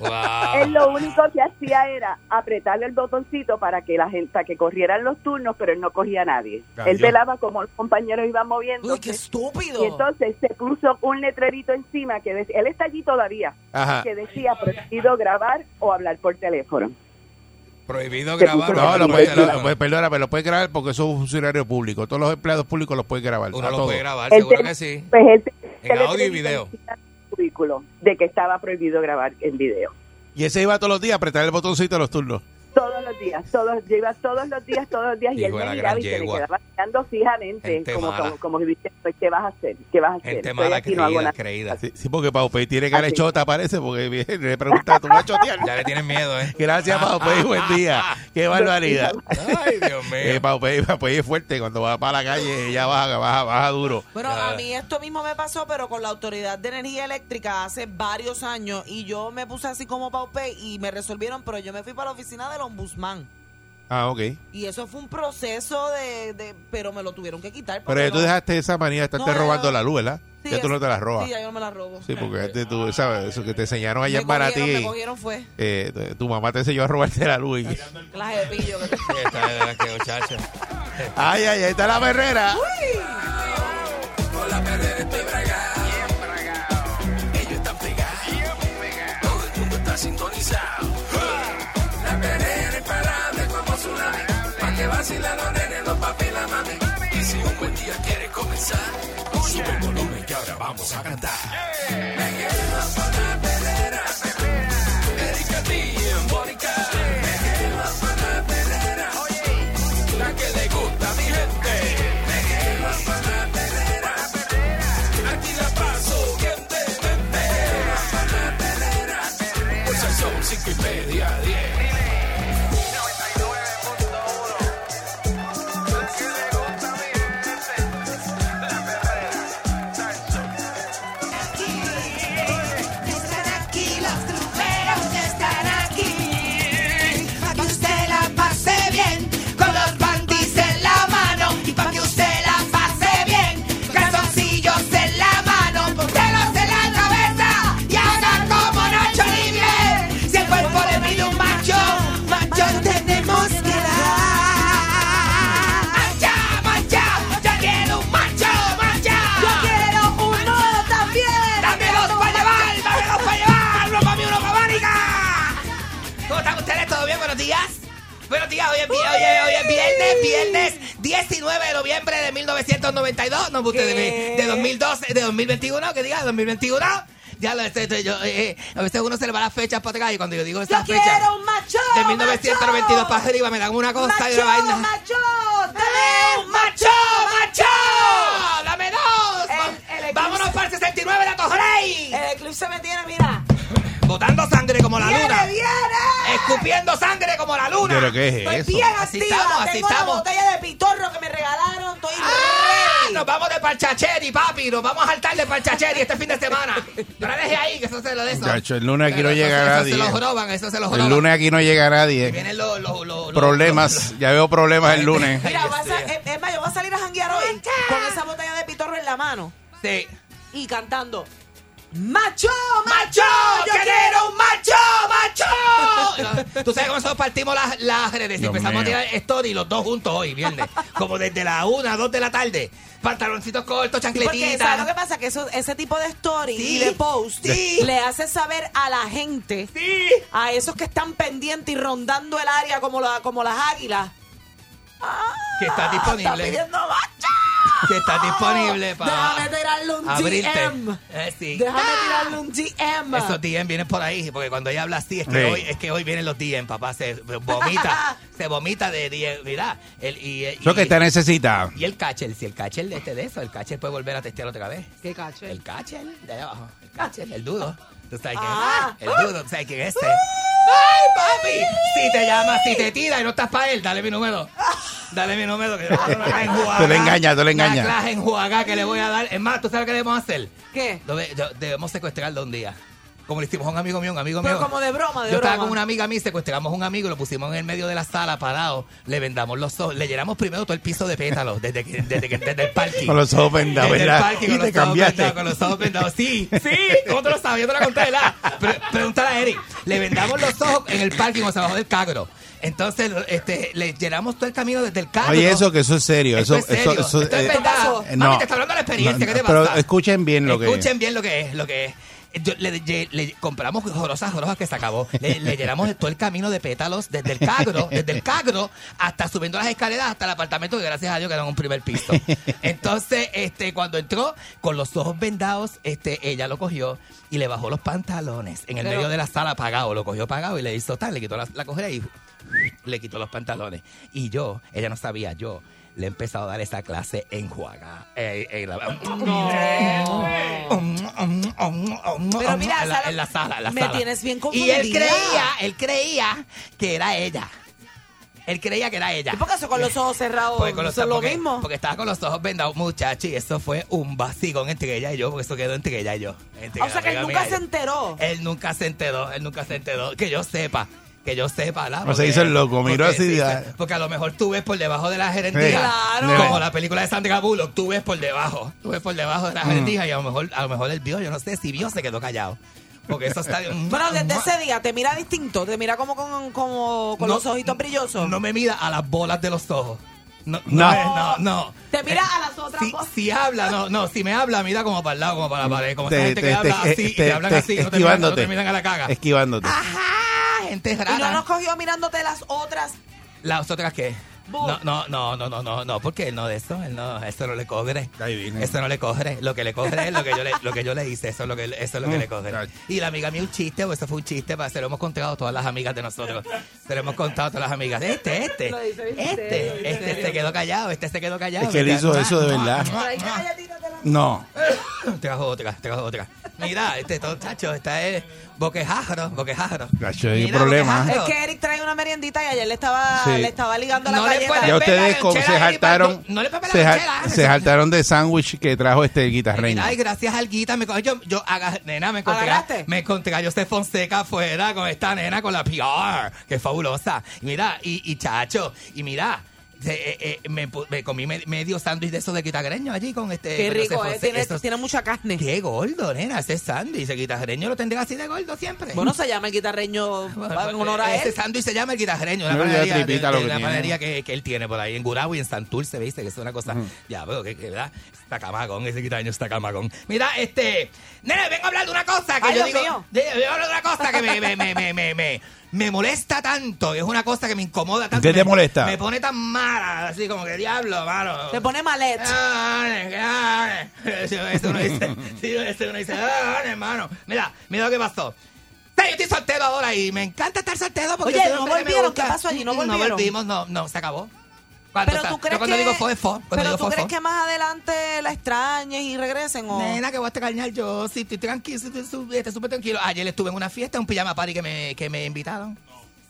wow.
Él lo único que hacía era apretarle el botoncito para que la gente, para que corrieran los turnos, pero él no cogía a nadie.
Cayó.
Él velaba como los compañeros iban moviendo.
Uy, qué estúpido.
Y entonces se puso un letrerito encima que decía, él está allí todavía,
Ajá.
que decía prohibido grabar o hablar por teléfono.
Prohibido
Se
grabar.
puso-
No,
uno
lo
no,
puedes,
no,
lo- pues, perdona, pero lo puedes grabar porque sos un funcionario público. Todos los empleados públicos los puedes grabar.
Uno
a
lo
todos.
puede grabar,
Él
seguro
te-
que sí.
Pues él te-
En
ese
audio y
letrerito
video.
encima del cubículo de que estaba prohibido grabar en video.
Y ese iba todos los días a apretar el botoncito de los turnos.
todos los días, todos, yo iba todos los días, todos los días y él
Hijo de
me
la
miraba
gran
y se me
yegua.
quedaba mirando fijamente,
Gente
como,
mala.
como, como que dice, pues, ¿qué vas a hacer? ¿Qué vas a hacer?
Gente
Estoy
mala
aquí, no hago
creída,
nada.
creída.
Sí, sí, porque Pau Pei tiene cara de
Así.
chota, parece, porque viene, le pregunta, ¿tú vas a chotear?
Ya le tienen miedo, ¿eh? ah.
Gracias, Pau Pei, buen día. Qué barbaridad.
Ay, Dios
Eh,
mío.
Pau Pei, Pau Pei es fuerte, cuando va para la calle, ella baja, baja, baja duro.
Bueno, a mí esto mismo me pasó, pero con la Autoridad de Energía Eléctrica hace varios años y yo me puse así como paupé y me resolvieron, pero yo me fui para la oficina del ombudsman.
Ah, ok.
Y eso fue un proceso de... de- pero me lo tuvieron que quitar. porque
Pero ya tú
no-
dejaste esa manía de estarte
No, no,
robando
no.
la luz, ¿verdad?
Sí,
ya tú
es-
no te la robas.
Sí, ya yo no me la robo.
Sí, pues. porque antes tú, ¿sabes? Eso que te enseñaron allá
me
en Manatí.
cogieron, me cogieron fue
eh, tu mamá te enseñó a robarte la luz. y-
las de pillo. que-
Sí, Esta es de las que, muchacha.
Ay, ay, ahí está la perrera.
Están aquí los truqueros, están aquí. Pa' que usted la pase bien, con los panties en la mano. Y pa' que usted la pase bien, calzoncillos en la mano. Póntelos en la cabeza y haga como Nacho Libre. Si el cuerpo le pide un macho, macho tenemos que dar. Mancha, mancha, yo quiero un macho, mancha. Yo quiero uno también. Dame dos para llevar, dame dos para llevar. Uno para mí, uno para Mónica. ¿Cómo están ustedes? ¿Todo bien? Buenos días. Buenos días, hoy es, vi- hoy es- hoy es viernes, viernes 19 de noviembre de 1992, no usted de, mi- de 2012, de 2021, que diga, 2021. Ya lo estoy, estoy- yo, eh, eh, a veces uno se le va las fechas para atrás y cuando yo digo
Yo
esas fechas
quiero un macho.
de 1992
macho.
para arriba me dan una cosa y
Macho,
una vaina.
macho,
¡Dame
dale
un
un
macho, macho! ¡Dame dos!
El- el eclipse-
¡Vámonos para el 69 de Atorrey!
El eclipse me tiene, mira.
Botando sangre como la luna.
¡Viene, viene!
Escupiendo sangre como la luna.
¿Pero qué es
Estoy
eso?
bien
Así
activa.
estamos, así
Tengo
estamos.
la botella de pitorro que me regalaron. Estoy
¡Ah!
ready.
Nos vamos de Parchacheri, papi. Nos vamos a saltar de Parchacheri este fin de semana. No la dejes ahí, que eso se lo de eso.
Muchacho, el lunes aquí no
Eso-
llega
eso
nadie. eh.
se lo roban, eso se lo roban.
El lunes aquí no llega nadie. eh.
Vienen los, los, los- los-
Problemas, ya veo problemas el lunes.
Mira,
Ay,
vas
Dios
a-
mío.
es es más, yo voy a salir a janguear hoy
Mancha.
con esa botella de pitorro en la mano
los- Sí.
y cantando. ¡Macho,
¡Macho!
macho!
¡Yo quiero un macho! ¡Macho! Tú sabes cómo nosotros partimos las, las redes. Y
Dios
empezamos
mío.
a tirar story los dos juntos hoy, viernes. Como desde la una, dos de la tarde. Pantaloncitos cortos,
Porque ¿sabes lo que
chancletitas.
pasa? Que eso, ese tipo de story
Sí.
y de post
Sí.
le hace saber a la gente,
Sí.
a esos que están pendientes y rondando el área como, la, como las águilas. Ah,
Que está disponible.
Está pidiendo macho.
Que está disponible para
Déjame tirarle un
abrirte.
DM.
Eh, sí.
Déjame
Ah.
tirarle un DM.
Esos DM vienen por ahí, porque cuando ella habla así, es que,
Sí.
hoy, es que hoy vienen los DM, papá. Se vomita, se vomita de DM. Mira, el, y, eh, y-
Eso que te necesita.
y el catcher, si el catcher de este de eso, el catcher puede volver a testear otra vez.
Qué cacho.
El catcher, de allá abajo. El catcher, el dudo. ¿Tú sabes quién
Ah. Uh.
es? El dudo, ¿tú sabes quién es este? ¡Ay, papi! Si te llamas, si te tira y no estás para él, dale mi número. Dale mi número. Que yo no la enjuaga.
Tú le engañas, tú le engañas.
La clase enjuaga que le voy a dar. Es más, ¿tú sabes qué debemos hacer?
¿Qué?
Debe- yo- Debemos secuestrarlo un día. Como le hicimos a un amigo mío, un amigo
Pero
mío.
como de broma, de
Yo estaba
broma.
con una amiga mía, secuestramos a un amigo, lo pusimos en el medio de la sala parado, le vendamos los ojos, le llenamos primero todo el piso de pétalos desde, que, desde, que, desde el parking.
Con los ojos vendados,
Desde el
¿verdad?
parking,
Y
con
te
los ojos
cambiaste.
vendados, con los ojos vendados. Sí, sí, ¿cómo tú lo sabes? Yo te la conté, ¿verdad? Pre- pregúntale a Eric. Le vendamos los ojos en el parking o sea, abajo del cagro. Entonces, lo- este, le llenamos todo el camino desde el cagro.
Oye, eso que eso es serio.
Esto
Eso,
es serio.
eso, eso,
Esto es
eh,
verdad.
pasó?
Mami,
no.
te está hablando de la experiencia.
No,
¿Qué te
pero
pasa?
escuchen bien lo que es.
Escuchen bien lo que es. Lo que es. Yo- le, le- le compramos jorosas, jorosas que se acabó. Le, le llenamos todo el camino de pétalos desde el cagro, desde el cagro hasta subiendo las escaleras hasta el apartamento que gracias a Dios quedó en un primer piso. Entonces, este, cuando entró con los ojos vendados, este, ella lo cogió y le bajó los pantalones en el
Pero-
medio de la sala apagado, lo cogió apagado y le hizo tal, le quitó la, la cojera y le quitó los pantalones. Y yo, ella no sabía, yo le he empezado a dar esa clase eh, en juaga.
Pero mira,
en, la,
Salo,
en la sala, en la
me
sala.
tienes bien
Y él
confundida.
creía, él creía que era ella. Él creía que era ella.
¿Y por qué eso con los ojos cerrados?
Pues con los-
eso es lo
porque-
mismo.
Porque estaba con los ojos vendados, muchacho, y eso fue un vacilón entre ella y yo, porque eso quedó entre ella y yo. Entre
O sea
la
que él
amiga
nunca
mía y
se
yo.
enteró.
Él nunca se enteró, él nunca se enteró. Que yo sepa, que yo sepa. ¿verdad?
O se
Porque-
hizo el loco, miró
porque-
así,
sí,
ah.
sí, Porque a lo mejor tú ves por debajo de la gerentija.
Sí, claro.
Como la película de Sandra Bullock, tú ves por debajo. Tú ves por debajo de la
Mm.
gerentija y a lo mejor, a lo mejor él vio, yo no sé si vio, se quedó callado. Porque eso está...
Bueno, desde ese día te mira distinto, te mira como con, como con
No,
los ojitos brillosos.
No me mira a las bolas de los ojos. No,
No.
no, es- no. no. Eh,
te mira a las otras
Si,
cosas.
si habla, no, no, si me habla, mira como para el lado, como para la pared, como esa
Te-
gente que
te-
habla
te-
así y
te-
te hablan
te-
así, no te, miran, no
esquivándote.
te miran a la caga.
Esquivándote.
Ah.
Ah,
Ajá, gente
Y no
rara.
nos cogió mirándote las otras.
¿Las otras qué?
Bu-
No, no, no, no, no, no, no, porque él no de eso, él no, eso no le cobre.
Ahí viene.
Eso no le cobre. Lo que le cobre es lo que yo le, lo que yo le hice, eso es lo que, eso es lo que
Mm,
le cobre. Y la amiga mía un chiste, o eso fue un chiste, para se lo hemos contado a todas las amigas de nosotros. Se lo hemos contado a todas las amigas. Este, este.
Lo dice bien serio, lo
Este,
dice
este
serio.
se quedó callado, este se quedado callado.
Es que él
Mira,
hizo
mua,
eso de
mua,
verdad.
mua,
Ay,
mua.
cállate, tírate la-
No.
Trajo otra, trajo otra. Mira, este todo chacho, está es boquejajro, boquejajro.
Chacho, hay
Mira,
problema.
boquejajro.
Es que Eric trae una meriendita y ayer le estaba,
Ah, Sí.
le estaba ligando la
No le
galleta.
puedes-
Ya
Ve la
ustedes
lonchera
como se
ahí,
saltaron,
pa- no- no le pepe la
se, jal-
lonchera.
se saltaron de sándwich que trajo este el guitarreño.
Ay, gracias al guita. Me, co- yo, yo, aga- nena, me encontré,
¿Agarraste?
me encontré a José Fonseca afuera con esta nena, con la PR, que es fabulosa. Y mira, y, y chacho, y mira. se- eh, eh, me, pu- me comí me- medio sándwich de esos de guitarreño allí con este. con
Qué
José
rico, eh,
Fonse-
tiene,
esos-
tiene mucha carne.
Qué gordo, nena, ese sándwich. El guitarreño lo tendrá así de gordo siempre.
Bueno, se llama el guitarreño en honor a
Ese
él.
sándwich se llama el guitarreño, una
No, ya
panadería,
tripita
de- de
lo que
una
tiene.
panadería que, que él tiene por ahí en Gurabo y en Santurce, ¿viste? Que es una cosa, ya veo que, que, ¿verdad? Está camagón, ese guitarreño está camagón.
Mm.
Mira, este, nene, vengo a hablar de una cosa que
Ay,
yo
Dios
digo,
mío.
de- vengo a hablar de una cosa que me, me, me, me, me, me- me molesta tanto, es una cosa que me incomoda tanto.
¿Qué te
me-
molesta?
Me pone tan mala, así como que diablo, mano.
Te pone malet.
Ah, sí, Eso uno dice, sí, eso uno dice, ah, hermano. Mira, mira lo que pasó. Sí, yo estoy soltero ahora y me encanta estar soltero porque
Oye,
soy un
¿no
hombre que me
volvieron?
gusta.
¿Qué pasó allí? ¿No
No
volvieron?
volvimos, no, no, se acabó. Cuando,
Pero
o sea,
tú
yo
crees
cuando
que
digo fue, fue. Cuando
Pero
digo
tú
fue,
crees
fue.
que más adelante la extrañes y regresen o
Nena, que voy a extrañar yo. Si estoy tranquilo, si estoy su- este, súper tranquilo. Ayer estuve en una fiesta, un pijama party que me, que me invitaron.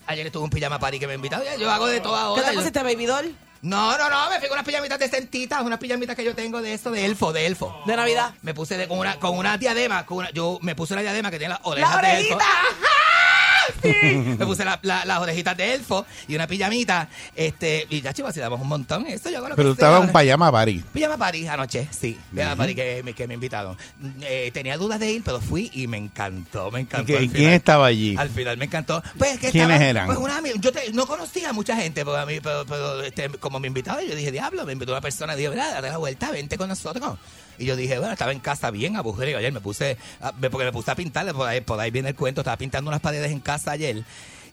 Ayer estuve en un pijama party que me invitaron. Ya, Yo hago de todo
¿Qué
ahora.
te
yo-
pusiste baby doll
No, no, no, me fijo unas pijamitas decentitas, unas pijamitas que yo tengo de eso, de elfo, de elfo.
de Navidad?
Me puse de, con, una, con una diadema, con una- yo me puse la diadema que tiene las orejas
¡Las
de elfo.
orejitas!
¡Ajá! Sí. Me puse la- la- las orejitas de elfo y una pijamita, este, y ya chicos, si damos un montón, eso yo hago lo
Pero tú
que
estabas
sea.
un payama París.
Pijama París anoche, sí. Pijama París que, me- que me invitaron. Eh, tenía dudas de ir, pero fui y me encantó, me encantó.
¿Qué-
al
quién
final.
estaba allí?
Al final me encantó. Pues, que
¿Quiénes
estaban-
eran?
Pues una ami- yo te- no conocía a mucha gente, porque a mí, pero, pero, este, como me invitaba, yo dije, diablo, me invitó una persona, dije, verdad, date la vuelta, vente con nosotros. Y yo dije, bueno, estaba en casa bien aburrido ayer, me puse, a- me- porque me puse a pintar, por ahí, por ahí viene el cuento, estaba pintando unas paredes en casa ayer.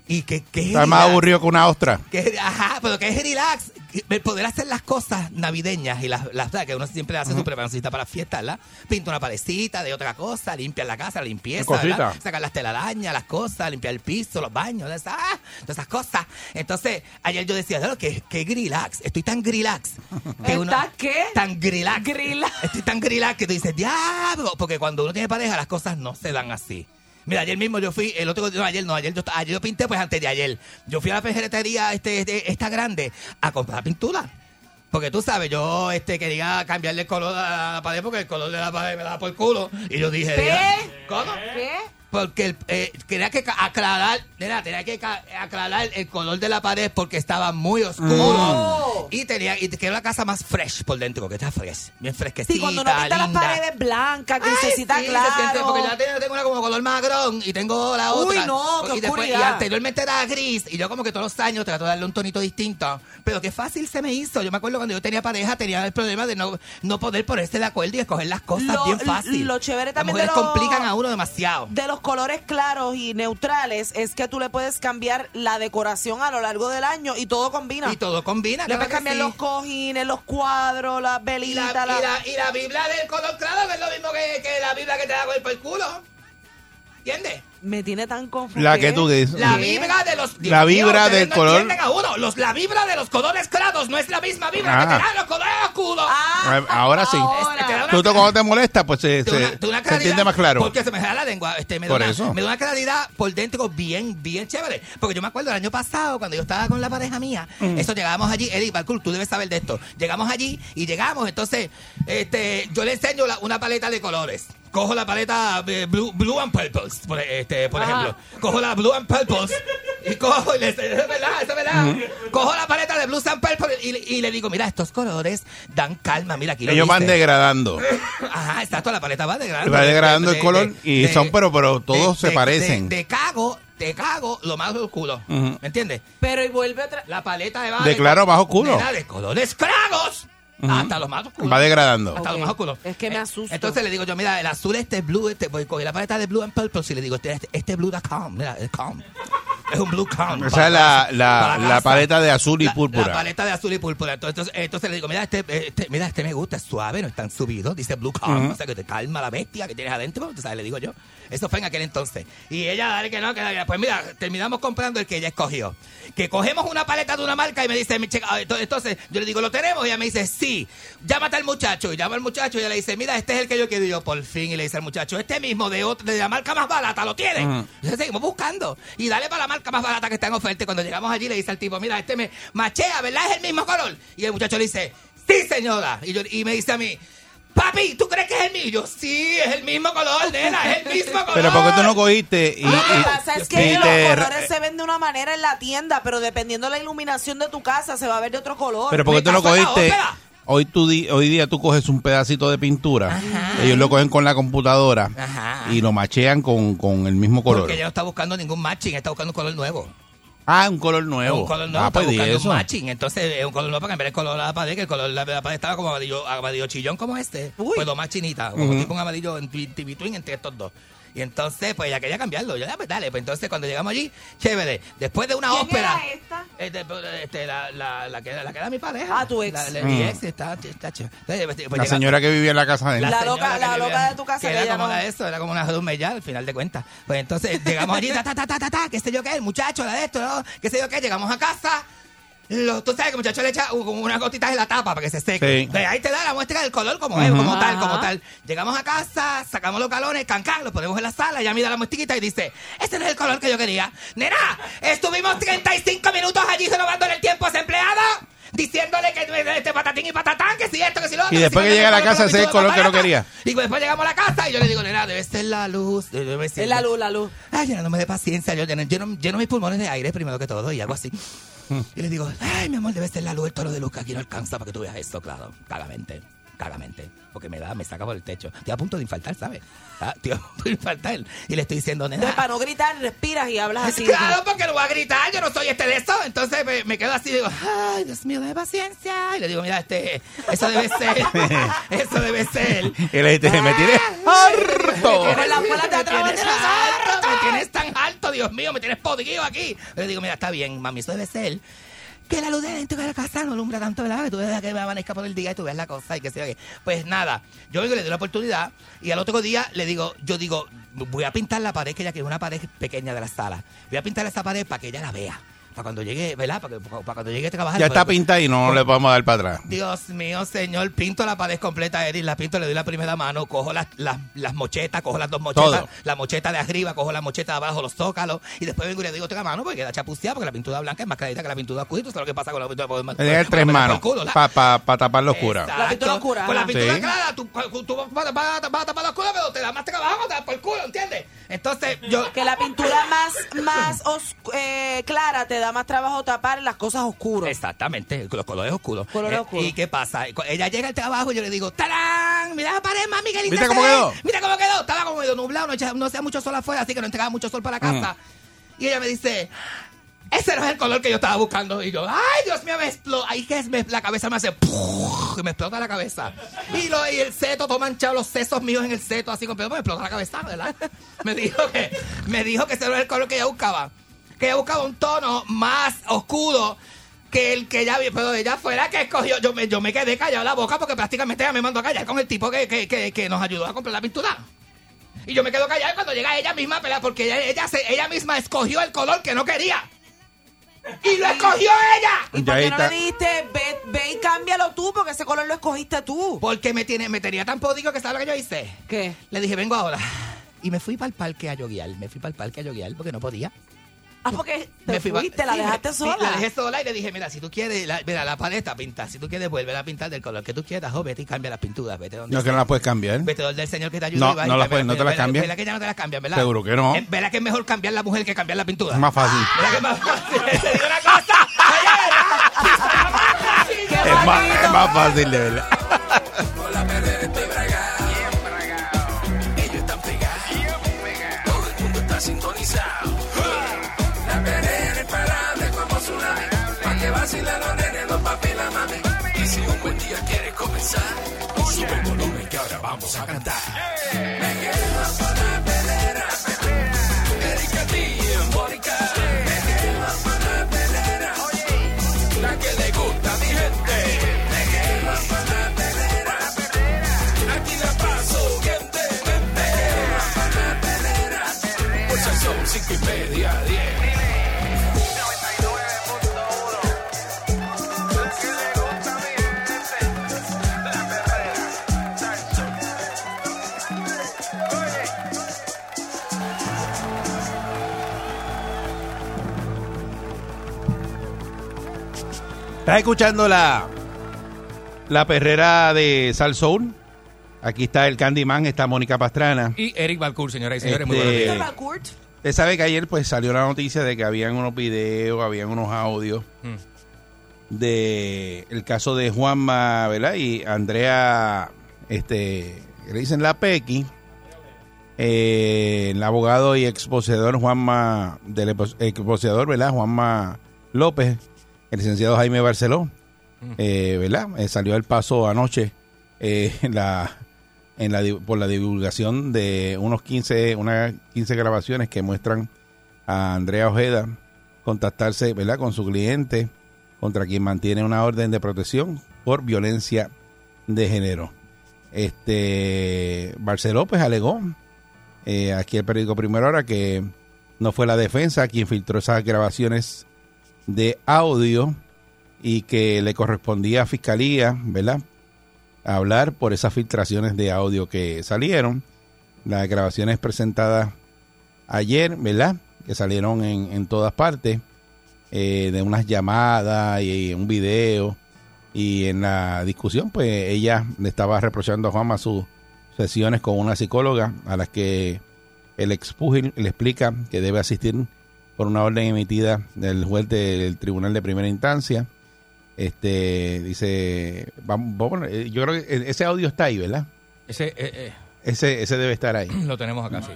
Y que, que
Estaba más aburrido que una ostra.
que- ajá, pero que es relax. El poder hacer las cosas navideñas y las, las que uno siempre hace su preparacioncita para las fiestas, ¿verdad? Pinta una parecita de otra cosa, limpia la casa, la limpieza,
Cosita.
¿verdad? Sacar las telarañas, las cosas, limpiar el piso, los baños, ¿verdad? Ah, todas esas cosas. Entonces, ayer yo decía, claro, que, que grilax. Estoy tan grilax. que uno-
¿Estás qué?
Tan grilax.
Grilax.
Estoy tan grilax que tú dices, diablo. Porque cuando uno tiene pareja, las cosas no se dan así. Mira, ayer mismo yo fui, el otro día, no, ayer no, ayer yo, ayer yo pinté, pues antes de ayer. Yo fui a la pejeretería este, este- esta grande a comprar pintura. Porque tú sabes, yo este, quería cambiarle el color a la pared porque el color de la pared me daba por culo. Y yo dije,
¿Qué?
"Diga, ¿Cómo?
¿Qué?
Porque el- eh, tenía que ca- aclarar, mira, tenía que ca- aclarar el color de la pared porque estaba muy oscuro.
Oh.
Y tenía, y que era la casa más fresh por dentro, que está fresh, bien fresquecita,
Sí, cuando no pinta las
linda.
paredes blancas,
Ay,
grisecita
sí, se siente,
claro.
porque ya tengo, tengo una como color marrón y tengo la
Uy,
otra.
no, qué
y, después- y
oscuridad.
anteriormente era gris y yo como que todos los años trato de darle un tonito distinto. Pero qué fácil se me hizo. Yo me acuerdo cuando yo tenía pareja tenía el problema de no, no poder ponerse de acuerdo y escoger las cosas
Lo-
bien fácil.
lo chévere también
Las mujeres
de lo-
complican a uno demasiado.
de los colores claros y neutrales es que tú le puedes cambiar la decoración a lo largo del año y todo combina.
Y todo combina.
le
claro
puedes
que
cambiar
sí.
los cojines, los cuadros, las
y la,
velitas.
y,
la-
la, y la Biblia del color claro que es lo mismo que, que la Biblia que te da con el por el culo. ¿Entiendes?
me tiene tan confundida.
La que tú dices.
La vibra de los.
La vibra
ustedes
del
no
color-
entienden a uno. Los, la vibra de los colores claros no es la misma vibra que
Ah.
te dan los colores oscuros.
Ah, Ahora
Te
sí.
da una-
Tú te- cuando te molesta, pues se,
de una-
se-
de una
se
claridad,
entiende más claro.
Porque se me jala la lengua. Este, me, da
Por
una,
eso.
me da una claridad por dentro bien, bien chévere. Porque yo me acuerdo el año pasado, cuando yo estaba con la pareja mía,
Mm.
eso llegábamos allí, Eddie Balcour, tú debes saber de esto. Llegamos allí y llegamos, entonces este, yo le enseño la- una paleta de colores. Cojo la paleta eh, blue, blue and purple, por, este, por
Ajá.
ejemplo. Cojo la blue and purple y cojo y le, eso es verdad, eso es verdad. Cojo la paleta de blue and purple y, le- y le digo, mira, estos colores dan calma, mira aquí. lo
Ellos van
dice".
degradando.
Ajá, exacto, la paleta va degradando.
Va degradando
De-
el
de-
color
de-
y
de-
son, pero pero todos
de-
se
de-
parecen.
De, de cago, te cago lo más oscuro.
Ujú.
¿Me entiendes?
Pero y vuelve otra.
La paleta de, va
De claro más oscuro.
Nena, de colores claros
Ujú.
hasta los más oscuros.
Va degradando.
Hasta los más oscuros. Eh,
Es que me asusta.
Entonces le digo yo, mira, el azul este es blue, este, voy a coger la paleta de blue and purple y le digo, este, este blue da calm, mira, es calm. Es un blue calm.
Esa es la, la,
Para
la
casa.
paleta de azul y
La- La,
púrpura.
paleta de azul y púrpura. Entonces, entonces le digo, mira este, este- mira, este me gusta, es suave, no es tan subido. Dice Blue Calm,
Ujú.
o sea, que te calma la bestia que tienes adentro. tú sabes, le digo yo. Eso fue en aquel entonces. Y ella, dale que no, que dale. Pues mira, terminamos comprando el que ella escogió. Que cogemos una paleta de una marca y me dice, mi chica, ah, ento- entonces yo le digo, ¿lo tenemos? Y ella me dice, sí. Llámate al muchacho. Y llama al muchacho y ella le dice, mira, este es el que yo quiero. Y yo, por fin. Y le dice al muchacho, este mismo de, otra, de la marca más barata, ¿lo tiene?
Ujú.
Entonces seguimos buscando. Y dale para la marca más barata que está en oferta. Y cuando llegamos allí le dice al tipo, mira, este me machea, ¿verdad? Es el mismo color. Y el muchacho le dice, sí, señora. Y, yo, y me dice a mí, papi, ¿tú crees que es el mismo? Y yo, sí, es el mismo color, nena, es el mismo color.
Pero porque tú no cogiste y,
Lo que
y- eh,
pasa es
y
que los
te-
colores se ven de una manera en la tienda, pero dependiendo de la iluminación de tu casa se va a ver de otro color.
Pero porque tú no
Me cago en la
cogiste.
ópera.
Hoy, tú di- hoy día tú coges un pedacito de pintura, ellos lo cogen con la computadora
Ajá.
y lo machean con, con el mismo color.
Porque ella no está buscando ningún matching, está buscando un color nuevo.
Ah, un color nuevo.
Un color nuevo,
ah,
está
pues di
buscando
eso.
un matching. Entonces, es un color nuevo para cambiar el color de la pared, que el color de la pared estaba como amarillo, amarillo chillón como este. Pues lo más chinita, como
Ujú.
tipo un amarillo en twi- twi- between entre estos dos. Y entonces, pues ya quería cambiarlo. Yo, ya, pues dale. Pues entonces, cuando llegamos allí, chévere. Después de una ópera. Este, este, la, la, la, que, la que era mi pareja. Ah, tu
ex.
La, la-
Mm.
mi ex está, está chévere. Entonces, pues,
la
llegamos-
señora que vivía en la casa de
la,
él.
loca,
la loca de tu casa que
era
ella
como
no-
una de eso, era como una rumba ya al final de cuentas. Pues entonces llegamos allí, ta, ta, ta, ta, ta, ta, qué sé yo qué, el muchacho, la de esto, ¿no? qué sé yo qué, llegamos a casa. Lo, tú sabes que el muchacho le echa u- unas gotitas en la tapa para que se seque.
Sí.
Pues ahí te da la muestra del color como es,
Ujú.
como tal, como
Ajá.
tal. Llegamos a casa, sacamos los galones, cancán, los ponemos en la sala, ya mira la muestriquita y dice, ese no es el color que yo quería. Nena, estuvimos 35 minutos allí robándole el tiempo a esa empleada, diciéndole que eh, este patatín y patatán, que si esto, que si lo otro.
Y después
si
que llega a la
color,
casa, ese es el
color,
color que no
barata.
quería.
Y después llegamos a la casa y yo le digo, nena, debe ser la luz.
Es la luz, la luz.
Ay, llenándome de paciencia, yo lleno, lleno- lleno mis pulmones de aire primero que todo y algo así. Y le digo, ay, mi amor, debe ser la luz, el toro de luz que aquí no alcanza para que tú veas eso, claro. Cagamente, cagamente. Porque me da, me saca por el techo. Estoy a punto de infartar, ¿sabes? Ah, estoy a punto de infartar. Y le estoy diciendo, nena,
Entonces, Pues para no gritar, respiras y hablas así.
Claro, porque no voy a gritar, yo no soy este de eso. Entonces me, me quedo así, digo, ay, Dios mío, dame paciencia. Y le digo, mira, este, eso debe ser, eso debe ser.
Y le dijiste, me tiré harto.
Me tienes harto, me tienes tan alto, Dios mío, me tienes podrido aquí. Le digo, mira, está bien, mami, eso debe ser. Que la luz de dentro de la casa no alumbra tanto, ¿verdad? Que tú veas que me amanezca por el día y tú veas la cosa y que sea que... Pues nada, yo vengo y le doy la oportunidad y al otro día le digo, yo digo, voy a pintar la pared que ella que es una pared pequeña de la sala. Voy a pintar esa pared para que ella la vea. Para cuando llegue, ¿verdad? Para, que- para cuando llegue a trabajar.
Ya está
pues,
pintada y no le vamos a dar para atrás.
Dios mío, señor, pinto la pared completa, Edith, la pinto, le doy la primera mano, cojo las, las, las mochetas, cojo las dos mochetas,
Todo.
la mocheta de arriba, cojo la mocheta de abajo, los zócalos, y después vengo y le digo otra mano porque queda chapuceada, porque la pintura blanca es más clarita que la pintura oscura, tú sabes lo que pasa con la pintura con la-
Le dieron tres
con la-
manos
con el culo, la-
para tapar la oscura.
Exacto. Con la pintura
Sí.
clara, tú, tú vas, vas- vas- vas a tapar la oscura, pero te da más trabajo, te da por el culo, ¿entiendes? Entonces, yo...
Que la pintura más, más os- eh, clara te da más trabajo tapar las cosas oscuras.
Exactamente, los colores oscuros.
Colores
Eh,
oscuros.
¿Y qué pasa? Cu- Ella llega al trabajo y yo le digo, ¡Tarán! Mira la pared, mami, qué linda
¿Viste
se
cómo
ve!
quedó?
Mira cómo quedó. Estaba como medio nublado, no, echa- no hacía mucho sol afuera, así que no entregaba mucho sol para la casa. Y ella me dice, ese no es el color que yo estaba buscando. Y yo, ¡ay, Dios mío! Me explota. Ahí que es- me- la cabeza me hace... ¡puf! Y me explota la cabeza. Y, lo, y el seto, todo manchado, los sesos míos en el seto, así con pero me explota la cabeza, ¿verdad? Me dijo que, me dijo que ese no era el color que ella buscaba. Que ella buscaba un tono más oscuro que el que ella vio, pero ella fue la que escogió. Yo me, yo me quedé callado la boca porque prácticamente ella me mandó a callar con el tipo que, que, que, que nos ayudó a comprar la pintura. Y yo me quedo callado cuando llega ella misma a pelar, porque ella, ella, se- ella misma escogió el color que no quería. Y lo escogió ella.
¿Y por qué no le dijiste, ve, ve y cámbialo tú, porque ese color lo escogiste tú?
Porque me, tiene, me tenía tan podido que estaba lo que yo hice.
¿Qué?
Le dije, vengo ahora. Y me fui para el parque a yoguear. Me fui para el parque a yoguear porque no podía.
Ah, porque
me
te
fui pa-
fuiste, la
sí, me-
dejaste
sí,
sola.
La dejé sola y le dije, mira, si tú quieres, la, mira, la paleta pinta. Si tú quieres, volver a pintar del color que tú quieras. O vete y cambia las pinturas. Vete donde
No, que no la puedes cambiar.
Vete donde el señor que te ayuda.
No,
y va y
no la
cambia
puedes- no te la
pintura.
cambian.
¿Verdad que ya no te la cambian, verdad?
Seguro que no.
Eh, ¿Verdad que es mejor cambiar la mujer que cambiar la pintura?
Es más fácil.
¿Verdad que es más fácil? Te digo una cosa.
Es más, es más fácil, de verdad.
Ellos están pegados. Todo el mundo está sintonizado. La perrera imparable como tsunami. Pa' que vacilan los nenes, los papi y la mami. Y si un buen día quieres comenzar, sube el volumen que ahora vamos a cantar. Me quedo con la perrera. Erika T y Mónica. Me quedo con la perrera. La que le gusta a mi gente. Me quedo con la perrera. Aquí la paso bien de mente. Por si Pues son cinco y media, diez.
Estás escuchando la, la perrera de Sal Soul. Aquí está el Candyman, está Mónica Pastrana.
Y Eric Balcour, señoras y señores,
Este-
muy buenos días.
Mira, Valcourt,
Usted sabe que ayer pues salió la noticia de que habían unos videos, habían unos audios
Mm.
de el caso de Juanma, ¿verdad? Y Andrea, este, que le dicen la Pequi, eh, el abogado y exposeedor Juanma, del epo- exposeedor, ¿verdad? Juanma López, el licenciado Jaime Barceló, eh, ¿verdad? Eh, salió al paso anoche eh, en la, en la, di- por la divulgación de unos 15, unas 15 grabaciones que muestran a Andrea Ojeda contactarse ¿verdad? con su cliente, contra quien mantiene una orden de protección por violencia de género. Este Barceló pues alegó eh, aquí el periódico Primera Hora que no fue la defensa quien filtró esas grabaciones de audio y que le correspondía a Fiscalía, ¿verdad? hablar por esas filtraciones de audio que salieron. Las grabaciones presentadas ayer, ¿verdad? Que salieron en, en todas partes, eh, de unas llamadas y, un video. Y en la discusión, pues ella le estaba reprochando a Juanma sus sesiones con una psicóloga a las que el expúgil le explica que debe asistir por una orden emitida del juez del tribunal de primera instancia. Este dice, vamos, vamos a poner- eh, yo creo que eh, ese audio está ahí, ¿verdad?
Ese, eh,
Ese, ese debe estar ahí.
eh, lo tenemos acá, sí.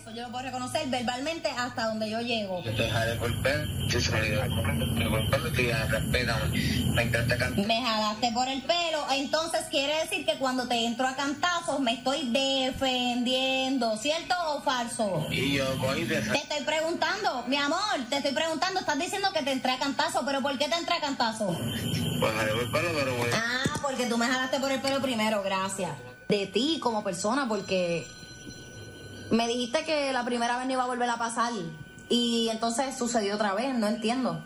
Eso yo lo puedo reconocer verbalmente hasta donde yo llego.
ah.
dejaré volver, yo se me devuelvo y respétame. Me encanta cantar.
Me jalaste por el pelo, entonces quiere decir que cuando te entro a cantazos me estoy defendiendo, ¿cierto o falso?
Y yo cogí de
Te estoy preguntando, mi amor, te estoy preguntando, estás diciendo que te entré a cantazos, pero ¿por qué te entré a cantazos?
pues dejaré volverlo, pero voy a
Ah, porque tú me jalaste por el pelo primero, gracias. De ti como persona, porque me dijiste que la primera vez no iba a volver a pasar y entonces sucedió otra vez, no entiendo.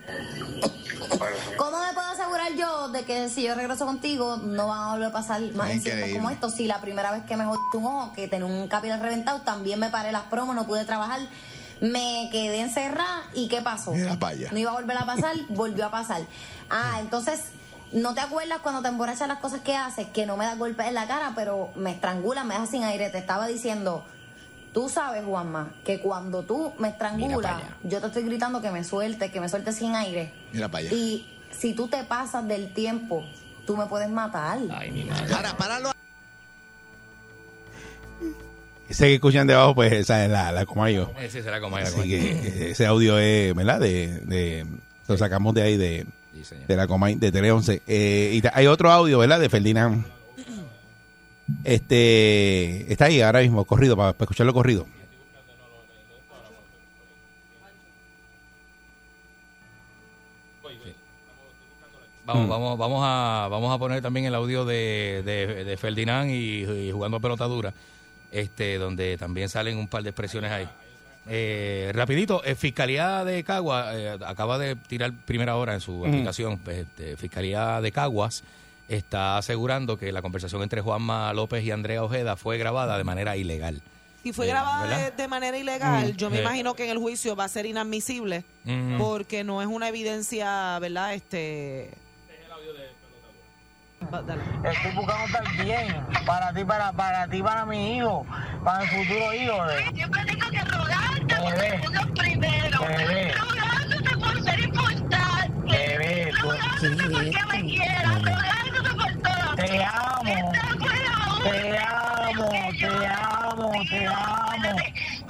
¿Cómo me puedo asegurar yo de que si yo regreso contigo no van a volver a pasar más incidentes como esto? Si la primera vez que me jodiste un ojo, que tenía un capilar reventado, también me paré las promos, no pude trabajar, me quedé encerrada y ¿qué pasó?
Era vaya.
No iba a volver a pasar, volvió a pasar. Ah, entonces, ¿no te acuerdas cuando te emborrachas las cosas que haces? Que no me das golpes en la cara, pero me estrangulas, me dejas sin aire. Te estaba diciendo, Tú sabes, Juanma, que cuando tú me estrangulas, yo te estoy gritando que me suelte, que me suelte sin aire.
Mira para allá.
Y si tú te pasas del tiempo, tú me puedes matar.
Para, páralo.
Ese que escuchan debajo, pues esa es la, la como yo.
Eh, sí, será como era,
Así
como era.
que eh, ese audio es, ¿verdad? De, de- lo sacamos de ahí, de,
Sí, señor.
de la coma de Tele 11. Eh, y ta- hay otro audio, ¿verdad? De Ferdinand. Este está ahí ahora mismo, corrido, para, para escucharlo corrido. Hmm.
Vamos, vamos, vamos, a, vamos a poner también el audio de, de, de Ferdinand y, y jugando a pelota dura. este, donde también salen un par de expresiones ahí. Eh, rapidito, eh, Fiscalía de Caguas eh, acaba de tirar primera hora en su
Mm.
aplicación. pues, este, Fiscalía de Caguas está asegurando que la conversación entre Juanma López y Andrea Ojeda fue grabada de manera ilegal.
Si fue
Eh,
grabada de,
¿verdad?
de manera ilegal,
Mm.
yo me
Eh.
imagino que en el juicio va a ser inadmisible
Mm.
Ujú.
porque no es una evidencia, ¿verdad? Este. Va, dale.
Estoy buscando estar bien para ti, para, para ti, para mi hijo, para el futuro hijo. Siempre tengo que rogarte por el mundo primero. Rogándote por ser importante. Bebé, rogándote porque me quieras. Rogándote por todo. Te amo. Te amo, te amo, te amo.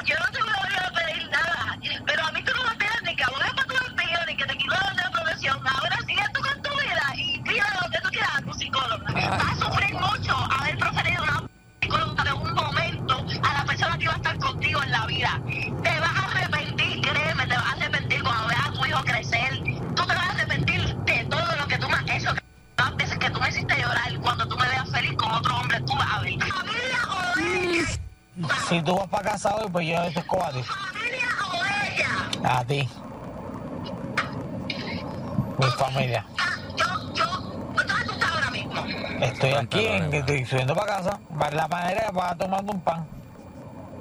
Yo no te voy a pedir nada, pero a mí tú no me pides ni que abogues para tu empleo, ni que te quiero dar una profesión. Ahora sigue tú con tu vida y tira lo que tú quieras a tu psicóloga. Vas a sufrir mucho haber preferido una psicóloga de un momento a la persona que iba a estar contigo en la vida. Te vas a arrepentir, créeme, te vas a arrepentir cuando veas a tu hijo crecer. Tú te vas a arrepentir de todo lo que tú me has hecho. Las veces que tú me hiciste llorar, cuando tú me veas feliz con otro hombre, tú vas a ver. Si tú vas para casa hoy, pues yo te escojo a ti. A ti. Mi familia. Estoy aquí, en- estoy subiendo para casa, para la panera para tomando un pan.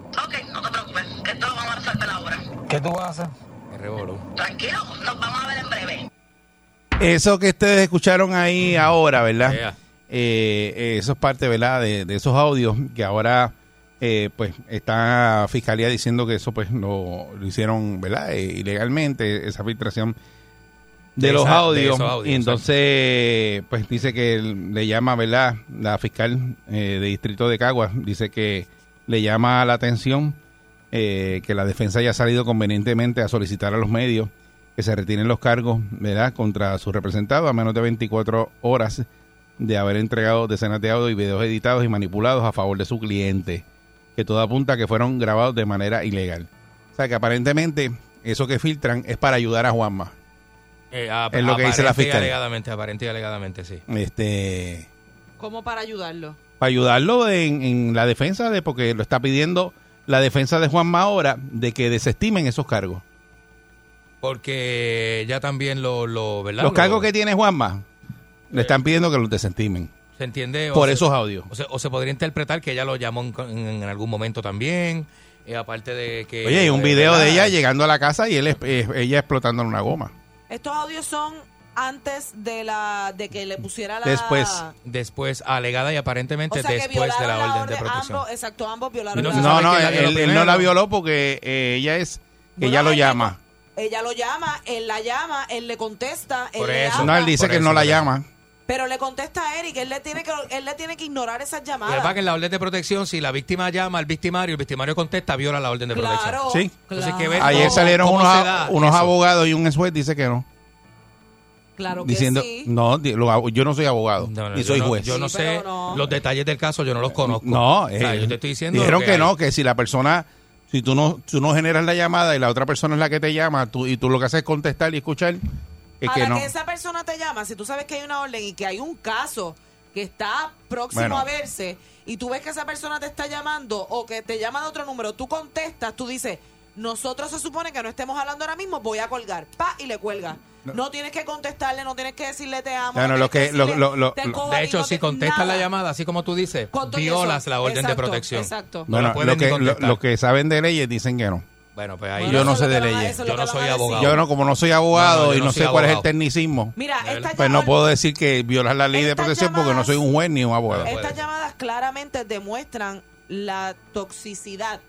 Ok, no te preocupes, esto lo vamos a resolver ahora. ¿Qué tú vas a hacer?
Eso que ustedes escucharon ahí ahora, ¿verdad? Eh, eh, eso es parte, ¿verdad? De, de esos audios que ahora, eh, pues, está la fiscalía diciendo que eso, pues, lo, lo hicieron, ¿verdad? Eh, ilegalmente, esa filtración de,
De
los
esa- de
audios.
esos audios,
y entonces, pues, dice que el- le llama, ¿verdad? La fiscal eh, de Distrito de Caguas dice que le llama la atención eh, que la defensa haya salido convenientemente a solicitar a los medios que se retiren los cargos ¿verdad? contra su representado a menos de 24 horas de haber entregado decenas de audios y videos editados y manipulados a favor de su cliente, que todo apunta a que fueron grabados de manera ilegal. O sea que aparentemente eso que filtran es para ayudar a Juanma.
Eh, ap-
Es lo que dice la
aparente y
fiscalía.
Alegadamente, aparente y alegadamente, sí.
Este,
¿Cómo para ayudarlo?
para ayudarlo en, en la defensa de, porque lo está pidiendo la defensa de Juanma ahora, de que desestimen esos cargos.
Porque ya también lo, lo ¿verdad?
Los
Lo-
cargos que tiene Juanma le están pidiendo que los desestimen.
se entiende O
por
se-
esos audios.
O se, o se podría interpretar que ella lo llamó en, en- en algún momento también, eh, aparte de que
Oye, hay un
eh,
video
¿verdad?
de ella llegando a la casa y él, es- eh, ella explotando en una goma.
Estos audios son antes de la de que le pusiera la
Después.
después alegada y aparentemente
o sea, que
después de
violaron ah,
la orden de protección.
ambos, exacto, ambos violaron
No,
la
no,
quién la
él,
violó
él
primero.
no la violó porque eh, ella es, que ella lo llama.
Ella lo llama, él la llama, él le contesta, él le habla,
No, él dice
por
que él no
eso,
la
por
llama.
pero le contesta a Eric, él le tiene que él le tiene que ignorar esas
Y además
llamadas.
que en la orden de protección, si la víctima llama al victimario, el victimario contesta, viola la orden de
Claro,
protección.
Sí.
Entonces hay que ver
Ayer
cómo-
salieron
cómo
unos,
se
a-
da
unos
eso.
abogados y un juez dice que no.
Claro
diciendo, no, di- lo abo- yo no soy abogado,
No,
ni
yo
soy
no-
juez.
Yo no sé los detalles del caso, yo no los conozco.
No,
O sea,
eh,
yo te estoy diciendo.
Dijeron
lo
que,
hay.
no, que si la persona, si tú no, tú no generas la llamada y la otra persona es la que te llama, tú, y tú lo que haces es contestar y escuchar, es
Ahora
que
que,
no.
esa persona te llama, si tú sabes que hay una orden y que hay un caso que está próximo
Bueno.
a verse y tú ves que esa persona te está llamando o que te llama de otro número, tú contestas, tú dices, nosotros se supone que no estemos hablando ahora mismo, voy a colgar, pa y le cuelga. No, tienes que contestarle, no tienes que decirle te amo.
Claro,
no
lo
tienes
que- lo-
decirle,
lo- lo-
"Te
lo-
cojo
De
aquí",
hecho,
no
si
te-
contestas la
nada.
llamada, así como tú dices,
Con todo y
violas
eso.
la orden de
Exacto,
protección.
exacto.
No,
Bueno,
la puedes
lo,
ni
que, lo,
contestar.
lo que saben de leyes dicen que no.
Bueno, pues ahí
yo no sé de leyes.
Yo no soy abogado.
Yo no, como no soy abogado
No, no, yo
y
no
no,
soy
sé cuál es el
abogado.
tecnicismo,
Mira, esta
pues no puedo decir que violar la ley de protección porque no soy un juez ni un abogado.
Estas llamadas claramente demuestran la toxicidad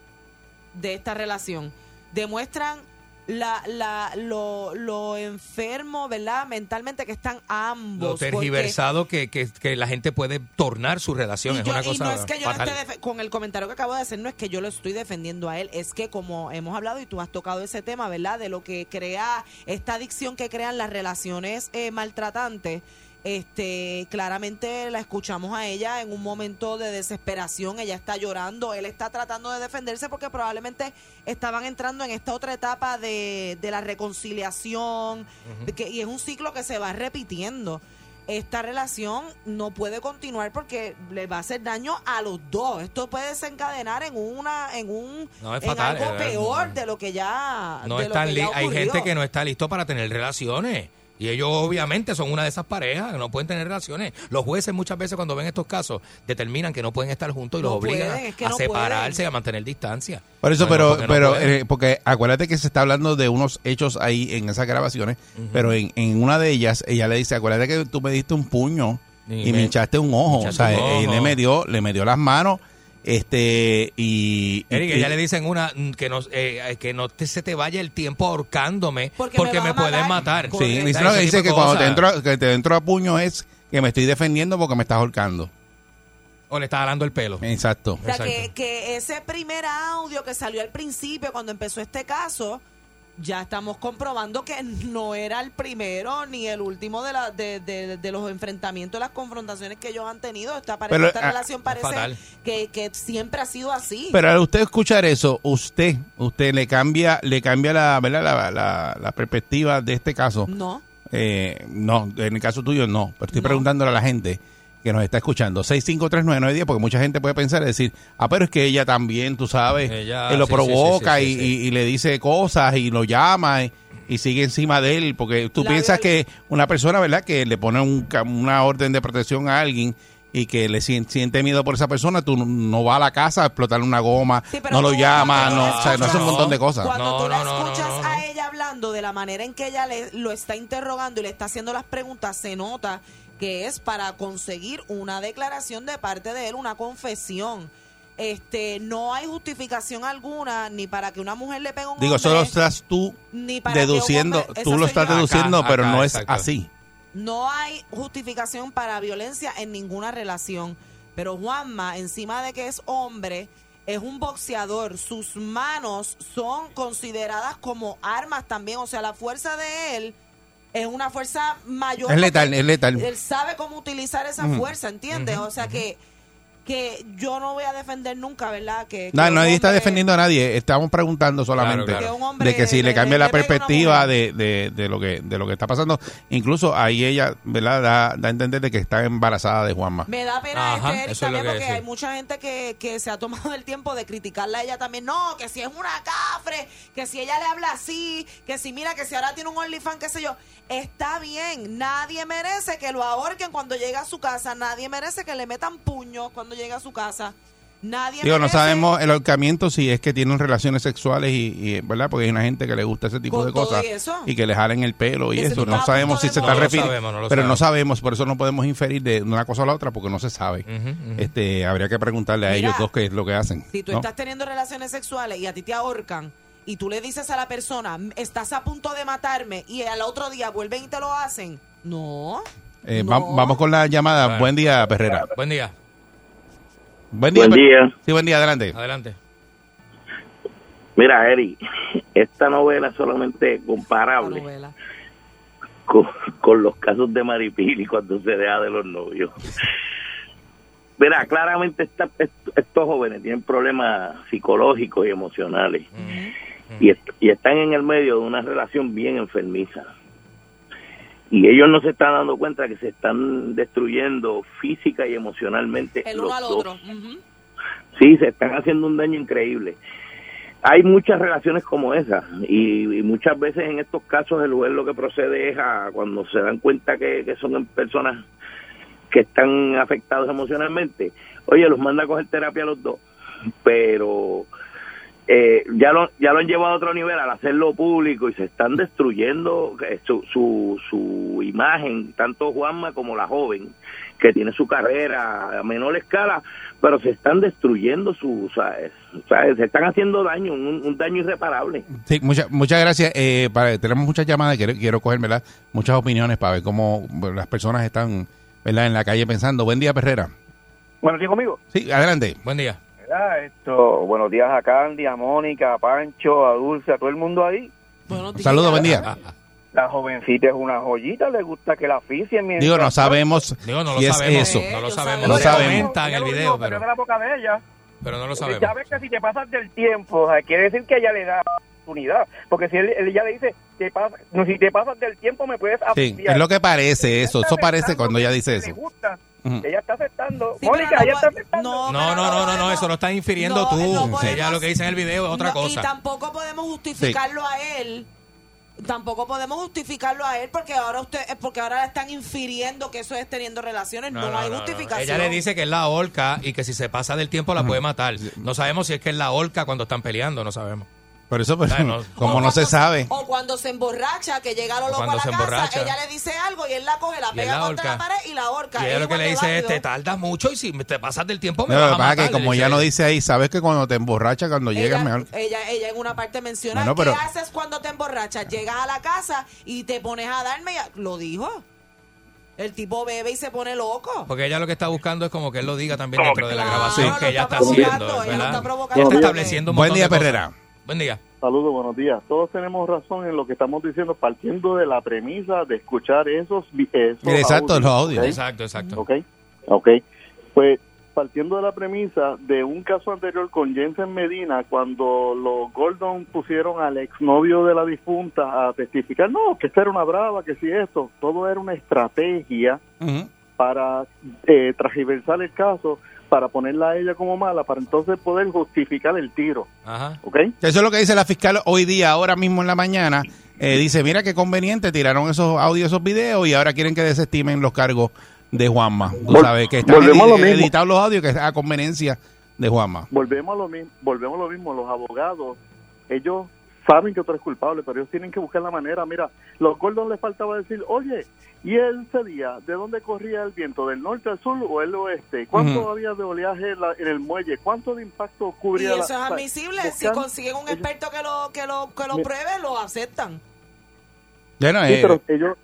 de esta relación. Demuestran la, la, lo, lo enfermo, ¿verdad? Mentalmente que están ambos.
Lo
porque-
tergiversado que, que, que la gente puede tornar su relación.
Y,
es
yo-
una
y
cosa
no es que yo lo
fatal.
esté defe- con el comentario que acabo de hacer, no es que yo lo estoy defendiendo a él, es que como hemos hablado y tú has tocado ese tema, ¿verdad? De lo que crea, esta adicción que crean las relaciones eh, maltratantes, este, claramente la escuchamos a ella en un momento de desesperación, ella está llorando, él está tratando de defenderse porque probablemente estaban entrando en esta otra etapa de, de la reconciliación,
Ujú.
que- y es un ciclo que se va repitiendo. esta relación no puede continuar porque le va a hacer daño a los dos. Esto puede desencadenar en una en un
No, es
en
fatal,
algo
es-
peor de lo que ya
No
de lo
están
que ya
li- hay
ocurrió.
gente que no está listo para tener relaciones. Y ellos obviamente son una de esas parejas que no pueden tener relaciones. Los jueces muchas veces cuando ven estos casos determinan que no pueden estar juntos y los
No
obligan
pueden,
a-
es que
a
no
separarse, y a mantener distancia.
Por eso,
No, no,
pero,
porque no
pero
pueden.
eh, porque acuérdate que se está hablando de unos hechos ahí en esas grabaciones,
Ujú.
pero en, en una de ellas ella le dice, acuérdate que tú me diste un puño
Y
y, me
me-
hinchaste un ojo,
hinchaste
o sea,
un
él
ojo.
le metió, le metió las manos, este y, y-
Eric,
y-
ella le dicen una mm, que no, eh, que no te- se te vaya el tiempo ahorcándome porque, me, pueden matar.
Sí,
O
dice,
sea,
no,
ese tipo
dice que
de
cuando te
cosas.
entro, que te entro a puño es que me estoy defendiendo porque me estás ahorcando.
O le estás jalando el pelo.
Exacto.
O sea, que, que ese primer audio que salió al principio cuando empezó este caso, ya estamos comprobando que no era el primero ni el último de, la, de, de- de los enfrentamientos, las confrontaciones que ellos han tenido. Esta, pare-
Pero,
esta
ah,
relación parece
fatal.
que, que siempre ha sido así.
Pero al usted escuchar eso, usted, usted le cambia, le cambia la, ¿verdad? La, la- la perspectiva de este caso.
No.
Eh, no, en el caso tuyo no. Pero estoy preguntándole a la gente que nos está escuchando. 6539910, porque mucha gente puede pensar y decir, ah, pero es que ella también, tú sabes,
Ella-
eh, lo
sí, sí, sí,
provoca
sí,
y, y- y le dice cosas y lo llama y, y sigue encima de él. Porque tú
La
piensas
viol-
que una persona, ¿verdad?, que le pone un ca- una orden de protección a alguien y que le sien- siente miedo por esa persona, tú no- no vas a la casa a explotarle una goma, no lo llama, Ah, no, o sea, no hace un montón de cosas.
Cuando tú la escuchas a ella hablando de la manera en que ella le, lo está interrogando y le está haciendo las preguntas, se nota que es para conseguir una declaración de parte de él, una confesión. Este, no hay justificación alguna ni para que una mujer le pegue un
Digo,
hombre,
solo estás tú
ni para que un
deduciendo,
hombre-
tú
esa
lo
soy
estás
yo.
deduciendo,
Acá,
pero
acá,
no es
exacto.
así.
No hay justificación para violencia en ninguna relación. Pero Juanma, encima de que es hombre, es un boxeador. Sus manos son consideradas como armas también. O sea, la fuerza de él es una fuerza mayor.
Es letal,
porque
es letal. Mm.
Él sabe cómo utilizar esa
Ujú.
fuerza, ¿entiendes? O sea que que yo no voy a defender nunca, ¿verdad? Que,
No,
que un
nadie está
hombre-
defendiendo a nadie, estamos preguntando solamente
claro. Que un hombre
de que si
le-
le cambia
le-
la
le pega una
perspectiva
mujer.
de, de- de lo que de lo que está pasando, incluso ahí ella, ¿verdad? Da, da a entender de que está embarazada de Juanma.
Me da pena
Ajá,
este
eso
Eric
es lo
también
que
porque
decía.
hay mucha gente que, que se ha tomado el tiempo de criticarla a ella también. No, que si es una cafre, que si ella le habla así, que si mira, que si ahora tiene un OnlyFans, qué sé yo. Está bien, nadie merece que lo ahorquen cuando llega a su casa, nadie merece que le metan puños cuando llega a su casa. Nadie
Digo, no
merece
sabemos el ahorcamiento si es que tienen relaciones sexuales y, y, ¿verdad? Porque hay una gente que le gusta ese tipo
Con
de
todo
cosas
y eso.
que le jalen el pelo y
Ese
eso.
tipo
No
está a
sabemos si
punto
se
de
está
morir. No lo
repitiendo,
sabemos, no lo
pero no
sabemos.
sabemos, por eso no podemos inferir de una cosa a la otra porque no se sabe. Este, habría que preguntarle a
Mira,
ellos dos qué es lo que hacen.
Si tú
¿no?
estás teniendo relaciones sexuales y a ti te ahorcan y tú le dices a la persona, estás a punto de matarme y al otro día vuelven y te lo hacen. No.
Eh, va- vamos con la llamada. Buen día, Perrera.
Buen día.
Buen día.
Buen
Per- Sí, buen día, adelante.
Adelante.
Mira, Eri, esta novela es solamente comparable Con, con los casos de Maripili cuando se deja de los novios. Mira, claramente esta- est- estos jóvenes tienen problemas psicológicos y emocionales y, est- y están en el medio de una relación bien enfermiza. Y ellos no se están dando cuenta que se están destruyendo física y emocionalmente
El
los
uno al
dos.
otro.
Sí, se están haciendo un daño increíble. Hay muchas relaciones como esas y, y muchas veces en estos casos el juez lo que procede es a cuando se dan cuenta que, que son personas que están afectados emocionalmente, oye, los manda a coger terapia a los dos, pero eh, ya, lo, ya lo han llevado a otro nivel al hacerlo público y se están destruyendo eh, su, su, su imagen, tanto Juanma como la joven, que tiene su carrera a menor escala, pero se están destruyendo su, ¿sabes? ¿sabes? se están haciendo daño, un, un daño irreparable.
Sí, mucha- muchas gracias. Eh, para- tenemos muchas llamadas. Quiero, quiero coger ¿verdad? muchas opiniones para ver cómo las personas están ¿verdad? en la calle pensando. Buen día, Perrera.
Bueno, ¿sí conmigo?
Sí, adelante.
Buen día.
Mira, esto, buenos días a Candy, a Mónica, a Pancho, a Dulce, a todo el mundo ahí.
Saludos, buen
ah,
día.
La jovencita es una joyita, le gusta que la asfixien mientras...
Digo, no sabemos
Digo, no lo
si es
sabemos.
eso.
No lo
sabemos.
sabemos.
No
Se
sabemos.
comenta en el video, pero,
Pero la boca de ella.
pero no lo
Porque
sabemos.
sabes que si te pasas del tiempo, o sea, quiere decir que ella le da oportunidad. Porque si él, él- ella le dice, te pas- no, si te pasas del tiempo me puedes
Sí,
asfixiar.
es lo que parece eso. Eso parece cuando ella dice eso. Ujú.
Ella está aceptando.
Sí,
Mónica,
pero no
ella está
po-
aceptando.
No, no, no, no, no, eso lo estás infiriendo
No,
tú.
no
Sí. Ella lo que dice en el video es otra
No, Y
cosa.
tampoco podemos justificarlo a él. Tampoco podemos justificarlo a él porque ahora usted eh, porque ahora le están infiriendo que eso es teniendo relaciones. No, hay justificación.
Ella le dice que es la orca y que si se pasa del tiempo la puede matar. No sabemos si es que es la orca cuando están peleando, no sabemos.
Por eso, pero,
Ay, no.
como no se sabe.
O cuando se emborracha, que llega lo
O
loco a
cuando
la
se
casa,
emborracha.
ella le dice algo y él la coge,
Y
la
él
pega
la
contra la
ahorca.
pared y la ahorca.
Y
Es
ella lo que
igual
le
de
dice es,
válido.
te tardas mucho y si te pasas del tiempo me
No, lo
vas
que
a
pasa
matar.
es que como
le
ella
dice
no
él.
dice ahí, sabes que cuando te emborracha, cuando llegas, mejor.
Ella, ella en una parte menciona,
Bueno,
¿qué
pero-
haces cuando te emborrachas? Llegas a la casa y te pones a darme. y a- Lo dijo. El tipo bebe y se pone loco.
Porque ella lo que está buscando es como que él lo diga también dentro de la grabación
lo
que ella
está
está haciendo.
provocando, ella
¿verdad?
lo está
Ella
provocando.
está
Buenos días.
estableciendo un
Buen
montón
día,
de cosas.
Perrera.
Buen día.
Saludos, buenos días. Todos tenemos razón en lo que estamos diciendo, partiendo de la premisa de escuchar esos, vi- esos
Exacto, los audios.
¿ok?
Exacto, exacto.
Ok, ok. Pues partiendo de la premisa de un caso anterior con Jensen Medina, cuando los Gordon pusieron al exnovio de la difunta a testificar, no, que esta era una brava, que si esto, todo era una estrategia para eh, transversar el caso, para ponerla a ella como mala, para entonces poder justificar el tiro.
Ajá.
¿Ok?
Eso es lo que dice la fiscal hoy día, ahora mismo en la mañana. Eh, dice, mira qué conveniente, tiraron esos audios, esos videos y ahora quieren que desestimen los cargos de Juanma. Tú sabes que están
volvemos a lo
edi-
mismo.
editados los audios que es a conveniencia de Juanma.
Volvemos a lo mismo, volvemos a lo mismo, los abogados, ellos saben que otro es culpable, pero ellos tienen que buscar la manera, mira, los Gordon les faltaba decir, oye, ¿y ese día de dónde corría el viento? ¿Del norte al sur o el oeste? ¿Cuánto
Ujú.
había de oleaje en, la- en el muelle? ¿Cuánto de impacto
Y
cubría la-
eso es
o sea,
admisible. Si
buscan-
consiguen un experto que lo, que lo, que lo pruebe, lo aceptan.
Bueno,
Sí,
eh,
pero ellos,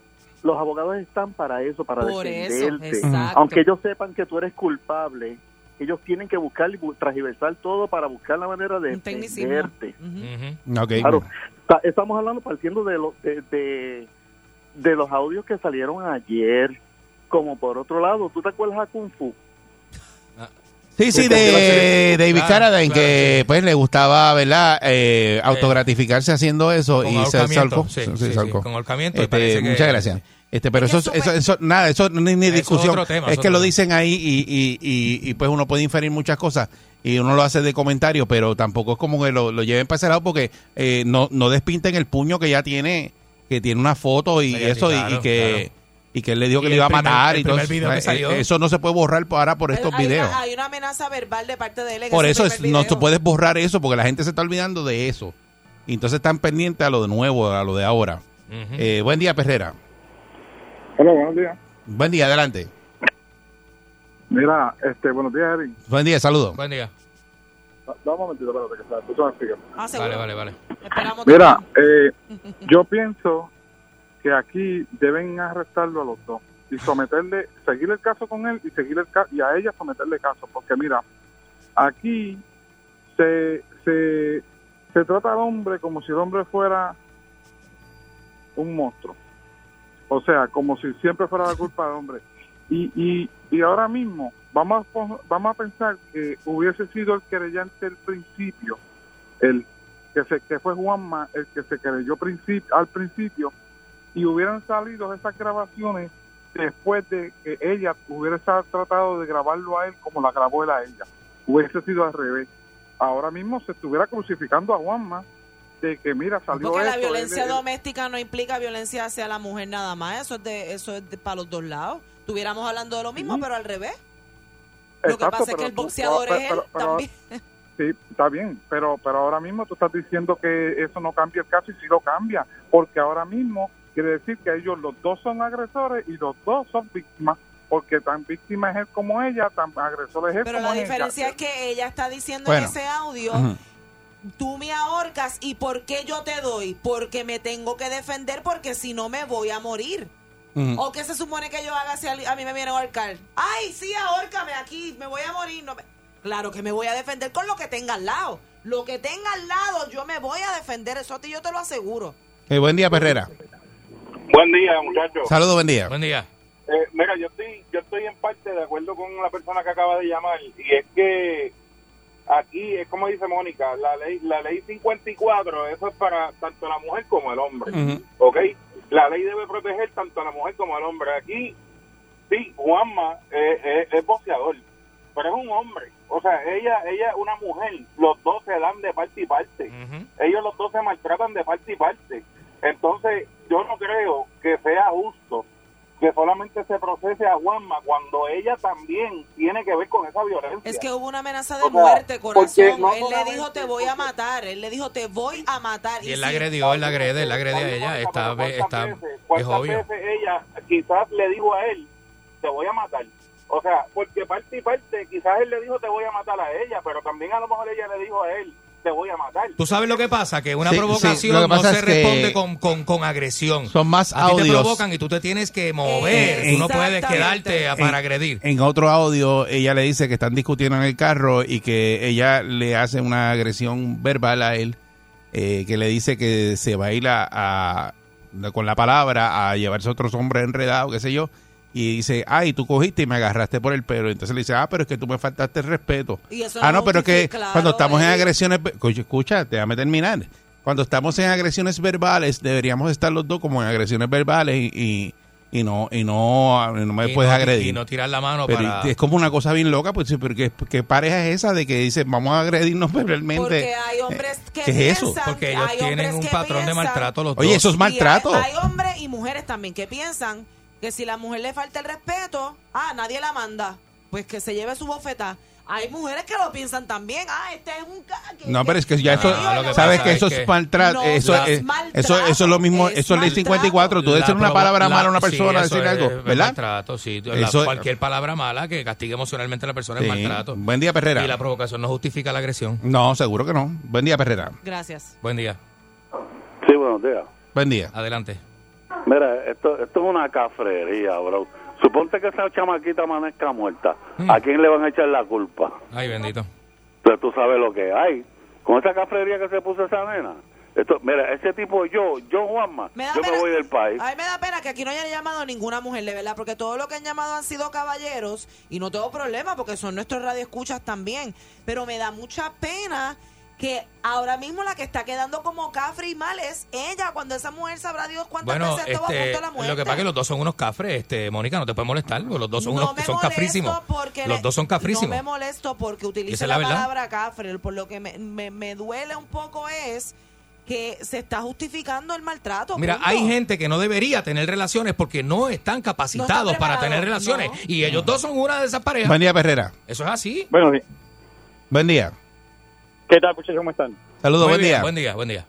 los abogados están para eso, para
Por eso,
defenderte.
exacto.
Aunque ellos sepan que tú eres culpable, ellos tienen que buscar y bu- transversar todo para buscar la manera de
tecnicismo.
defenderte.
ok.
Claro. Ta- Estamos hablando partiendo de, lo- de, de- de los audios que salieron ayer. Como por otro lado, ¿tú te acuerdas a Kung Fu?
Sí, sí, de David Carradine, que pues le gustaba, ¿verdad? Eh, autogratificarse haciendo eso y se
ahorcamiento,
salcó.
sí,
Sí,
sí, sí,
salcó.
con ahorcamiento, y
Este,
parece que-
muchas gracias. Este, pero eso, eso, eso- nada, eso no es ni
Eso es
discusión.
otro tema,
es
eso
que
otro
lo
tema.
dicen ahí y, y, y, y, pues uno puede inferir muchas cosas y uno lo hace de comentario, pero tampoco es como que lo, lo lleven para ese lado porque eh, no, no despinten el puño que ya tiene, que tiene una foto y
Sí,
eso y- y,
claro,
que... Y que él le dijo que
Y
le
el
iba a
primer-
matar
el
y todo
primer
eso.
video que
Eh,
salió.
Eso no se puede borrar por ahora por estos
hay,
videos.
Una, Ah, hay una amenaza verbal de parte de él. en
Por
ese
eso
primer
es- no
video.
tú puedes borrar eso porque la gente se está olvidando de eso. Y entonces están pendientes a lo de nuevo, a lo de ahora. Eh, buen día, Perrera.
Hola, buenos días.
Buen día, adelante.
Mira, este, buenos días, Eric.
Buen día, saludos.
Buen día.
Da un momentito, espérate, que se la escucho en el speaker.
Ah,
Vale, vale, vale.
Mira, eh, yo pienso que aquí deben arrestarlo a los dos y someterle, seguir el caso con él y seguir el ca- y a ella someterle caso, porque mira, aquí se, se, se trata al hombre como si el hombre fuera un monstruo, o sea, como si siempre fuera la culpa del hombre. Y, y, y ahora mismo vamos a, pon- vamos a pensar que hubiese sido el querellante al principio, el que se que fue Juanma el que se creyó princip al principio y hubieran salido esas grabaciones después de que ella hubiera sa- tratado de grabarlo a él como la grabó él a ella. Hubiese sido al revés. Ahora mismo se estuviera crucificando a Juanma de que mira salió
Porque la
esto, él-
violencia
él-
doméstica no implica violencia hacia la mujer nada más. Eso es de, eso es de- para los dos lados. Estuviéramos hablando de lo mismo, pero al revés. Lo que
Exacto,
pasa es que
pero
el
tú-
boxeador
pero-
es él
pero- pero-
también.
Sí, está bien, pero, pero ahora mismo tú estás diciendo que eso no cambia el caso y sí lo cambia, porque ahora mismo quiere decir que ellos los dos son agresores y los dos son víctimas, porque tan víctima es él como ella, tan agresor es él
Pero
como
la
ella.
diferencia es que ella está diciendo
Bueno.
en ese audio,
Ujú.
tú me ahorcas y ¿por qué yo te doy? Porque me tengo que defender porque si no me voy a morir.
Ujú.
¿O qué se supone que yo haga si al- a mí me viene a ahorcar? Ay, sí, ahórcame aquí, me voy a morir. no me- Claro que me voy a defender con lo que tenga al lado. Lo que tenga al lado, yo me voy a defender. Eso a ti yo te lo aseguro.
Eh, buen día, Perrera.
Buen día, muchachos.
Saludos, buen día.
Buen día.
Eh, mira, yo estoy, yo estoy en parte de acuerdo con la persona que acaba de llamar y es que aquí es como dice Mónica, la ley, la ley 54, eso es para tanto la mujer como el hombre,
Ujú.
¿ok? La ley debe proteger tanto a la mujer como al hombre. Aquí, sí, Juanma eh, eh, es boxeador, pero es un hombre. O sea, ella ella es una mujer, los dos se dan de parte y parte. Ellos los dos se maltratan de parte y parte. Entonces, yo no creo que sea justo que solamente se procese a Juanma cuando ella también tiene que ver con esa violencia.
Es que hubo una amenaza de
O sea,
muerte,
porque
corazón.
no
él le
solamente-
dijo, te voy a matar. Él le dijo, te voy a matar.
Y él
sí,
la agredió, él la agrede, él la agrede a ella. Está, está, es
¿Cuántas
obvio.
veces ella quizás le dijo a él, te voy a matar? O sea, porque parte y parte, quizás él le dijo, te voy a matar a ella, pero también a lo mejor ella le dijo a él, te voy a matar.
Tú sabes lo que pasa, que una
Sí, sí,
provocación
lo que
no
pasa
se
es que
responde con, con, con agresión.
Son más
a ti te
audios. Eh,
provocan y tú te tienes que mover. Tú no puedes quedarte a- para agredir.
En otro audio, ella le dice que están discutiendo en el carro y que ella le hace una agresión verbal a él, eh, que le dice que se va a ir a, a- con la palabra a llevarse a otros hombres enredados, qué sé yo. Y dice, ay, tú cogiste y me agarraste por el pelo. Entonces le dice, ah, pero es que tú me faltaste el respeto.
Y eso
ah,
no
no, pero es que
justifica, claro,
cuando estamos en
eh.
agresiones, ve- Oye, escucha, déjame terminar. Cuando estamos en agresiones verbales, deberíamos estar los dos como en agresiones verbales y, y- y no y no, no me
y
puedes
no-
agredir.
Y no tirar la mano
Pero
para...
es como una cosa bien loca, pues sí, porque qué pareja es esa de que dice vamos a agredirnos verbalmente. Eh,
Porque hay hombres que
¿Qué es eso?
piensan-
Porque
ellos
hay
tienen
hombres
un
que
patrón de
piensan-
maltrato los
Oye,
dos.
eso es
Y
maltrato.
Hay, hay hombres y mujeres también que piensan que si la mujer le falta el respeto, ah, nadie la manda, pues que se lleve su bofeta. Hay mujeres que lo piensan también, ah, este es un ca- que-
No, pero es que ya
Ah,
eso,
lo que
sabes
pasa
que eso
es
es
que-
maltrato,
No,
eso,
la-
es,
es
eso, eso es lo mismo, eso es ley 54, tú
La
decir una
provo-
palabra
la-
mala a una
sí,
persona,
eso
decir
es-
algo,
es
¿verdad?
maltrato, sí. La-
Eso es-
cualquier palabra mala que castigue emocionalmente a la persona
Sí.
es maltrato.
Buen día, Perrera.
Y la provocación no justifica la agresión.
No, seguro que no. Buen día, Perrera.
Gracias.
Buen día.
Sí, buenos días.
Buen día.
Adelante.
Mira, esto, esto es una cafrería, bro. Suponte que esa chamaquita amanezca muerta.
Hmm.
¿A quién le van a echar la culpa?
Ay, bendito.
Entonces tú sabes lo que hay. Con esa cafrería que se puso esa nena. Esto, mira, ese tipo, yo, yo Juanma,
Me da
yo
pena-
me voy del país.
A mí me da pena que aquí no hayan llamado ninguna mujer, de verdad, porque todo lo que han llamado han sido caballeros y no tengo problema porque son nuestros radioescuchas también. Pero me da mucha pena que ahora mismo la que está quedando como cafre y mal es ella, cuando esa mujer sabrá Dios cuántas
Bueno,
veces estuvo a punto
este,
de la muerte.
lo que pasa es que los dos son unos cafres, este, Mónica, no te puedes molestar, porque los dos son
No
unos
me
son
molesto
cafrísimos.
porque
Los
le-
dos son
No
cafrísimos.
me molesto porque
Esa
utiliza
es
la,
la verdad.
palabra cafre. Por lo que me, me- me duele un poco es que se está justificando el maltrato.
Mira,
punto.
hay gente que no debería tener relaciones porque no están capacitados para tener relaciones y ellos dos son una de esas parejas.
Buen día, Perrera.
Eso es así.
Bueno, Buen día.
¿Qué tal, muchachos? ¿Cómo están?
Saludos,
Muy
buen
bien,
día.
Buen día, buen día.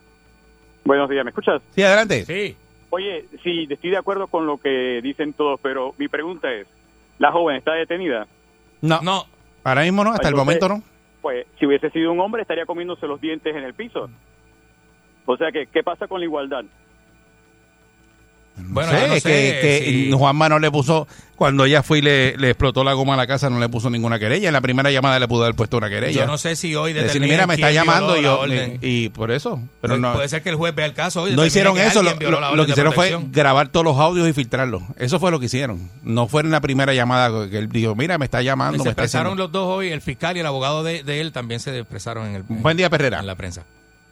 Buenos días, ¿me escuchas?
Sí, adelante.
Sí.
Oye, sí, estoy de acuerdo con lo que dicen todos, pero mi pregunta es, ¿la joven está detenida?
No.
No.
Ahora mismo no, hasta el
Entonces,
momento no.
Pues, si hubiese sido un hombre, estaría comiéndose los dientes en el piso. O sea, que, ¿qué pasa con la igualdad?
Bueno,
Sí,
yo no
que,
sé
que
si-
Juanma no le puso, cuando ella fue y le, le explotó la goma a la casa, no le puso ninguna querella. En la primera llamada le pudo haber puesto una querella.
Yo no sé si hoy
Decirle,
determinan
mira, me
quién
está llamando y,
violó
yo,
la orden.
y por eso. Pero
Puede-
no,
Eh, Puede ser que el juez vea el caso. hoy y
no
determine
hicieron
que
eso. Lo,
alguien violó la
lo- lo
orden
que
de
hicieron fue
protección.
grabar todos los audios y filtrarlos. Eso fue lo que hicieron. No fue en la primera llamada que él dijo, mira, me está
Y
llamando,
se
me está
expresaron
haciendo.
los dos hoy, el fiscal y el abogado de, de él también se expresaron en el.
Buen día, Perrera. En
la prensa.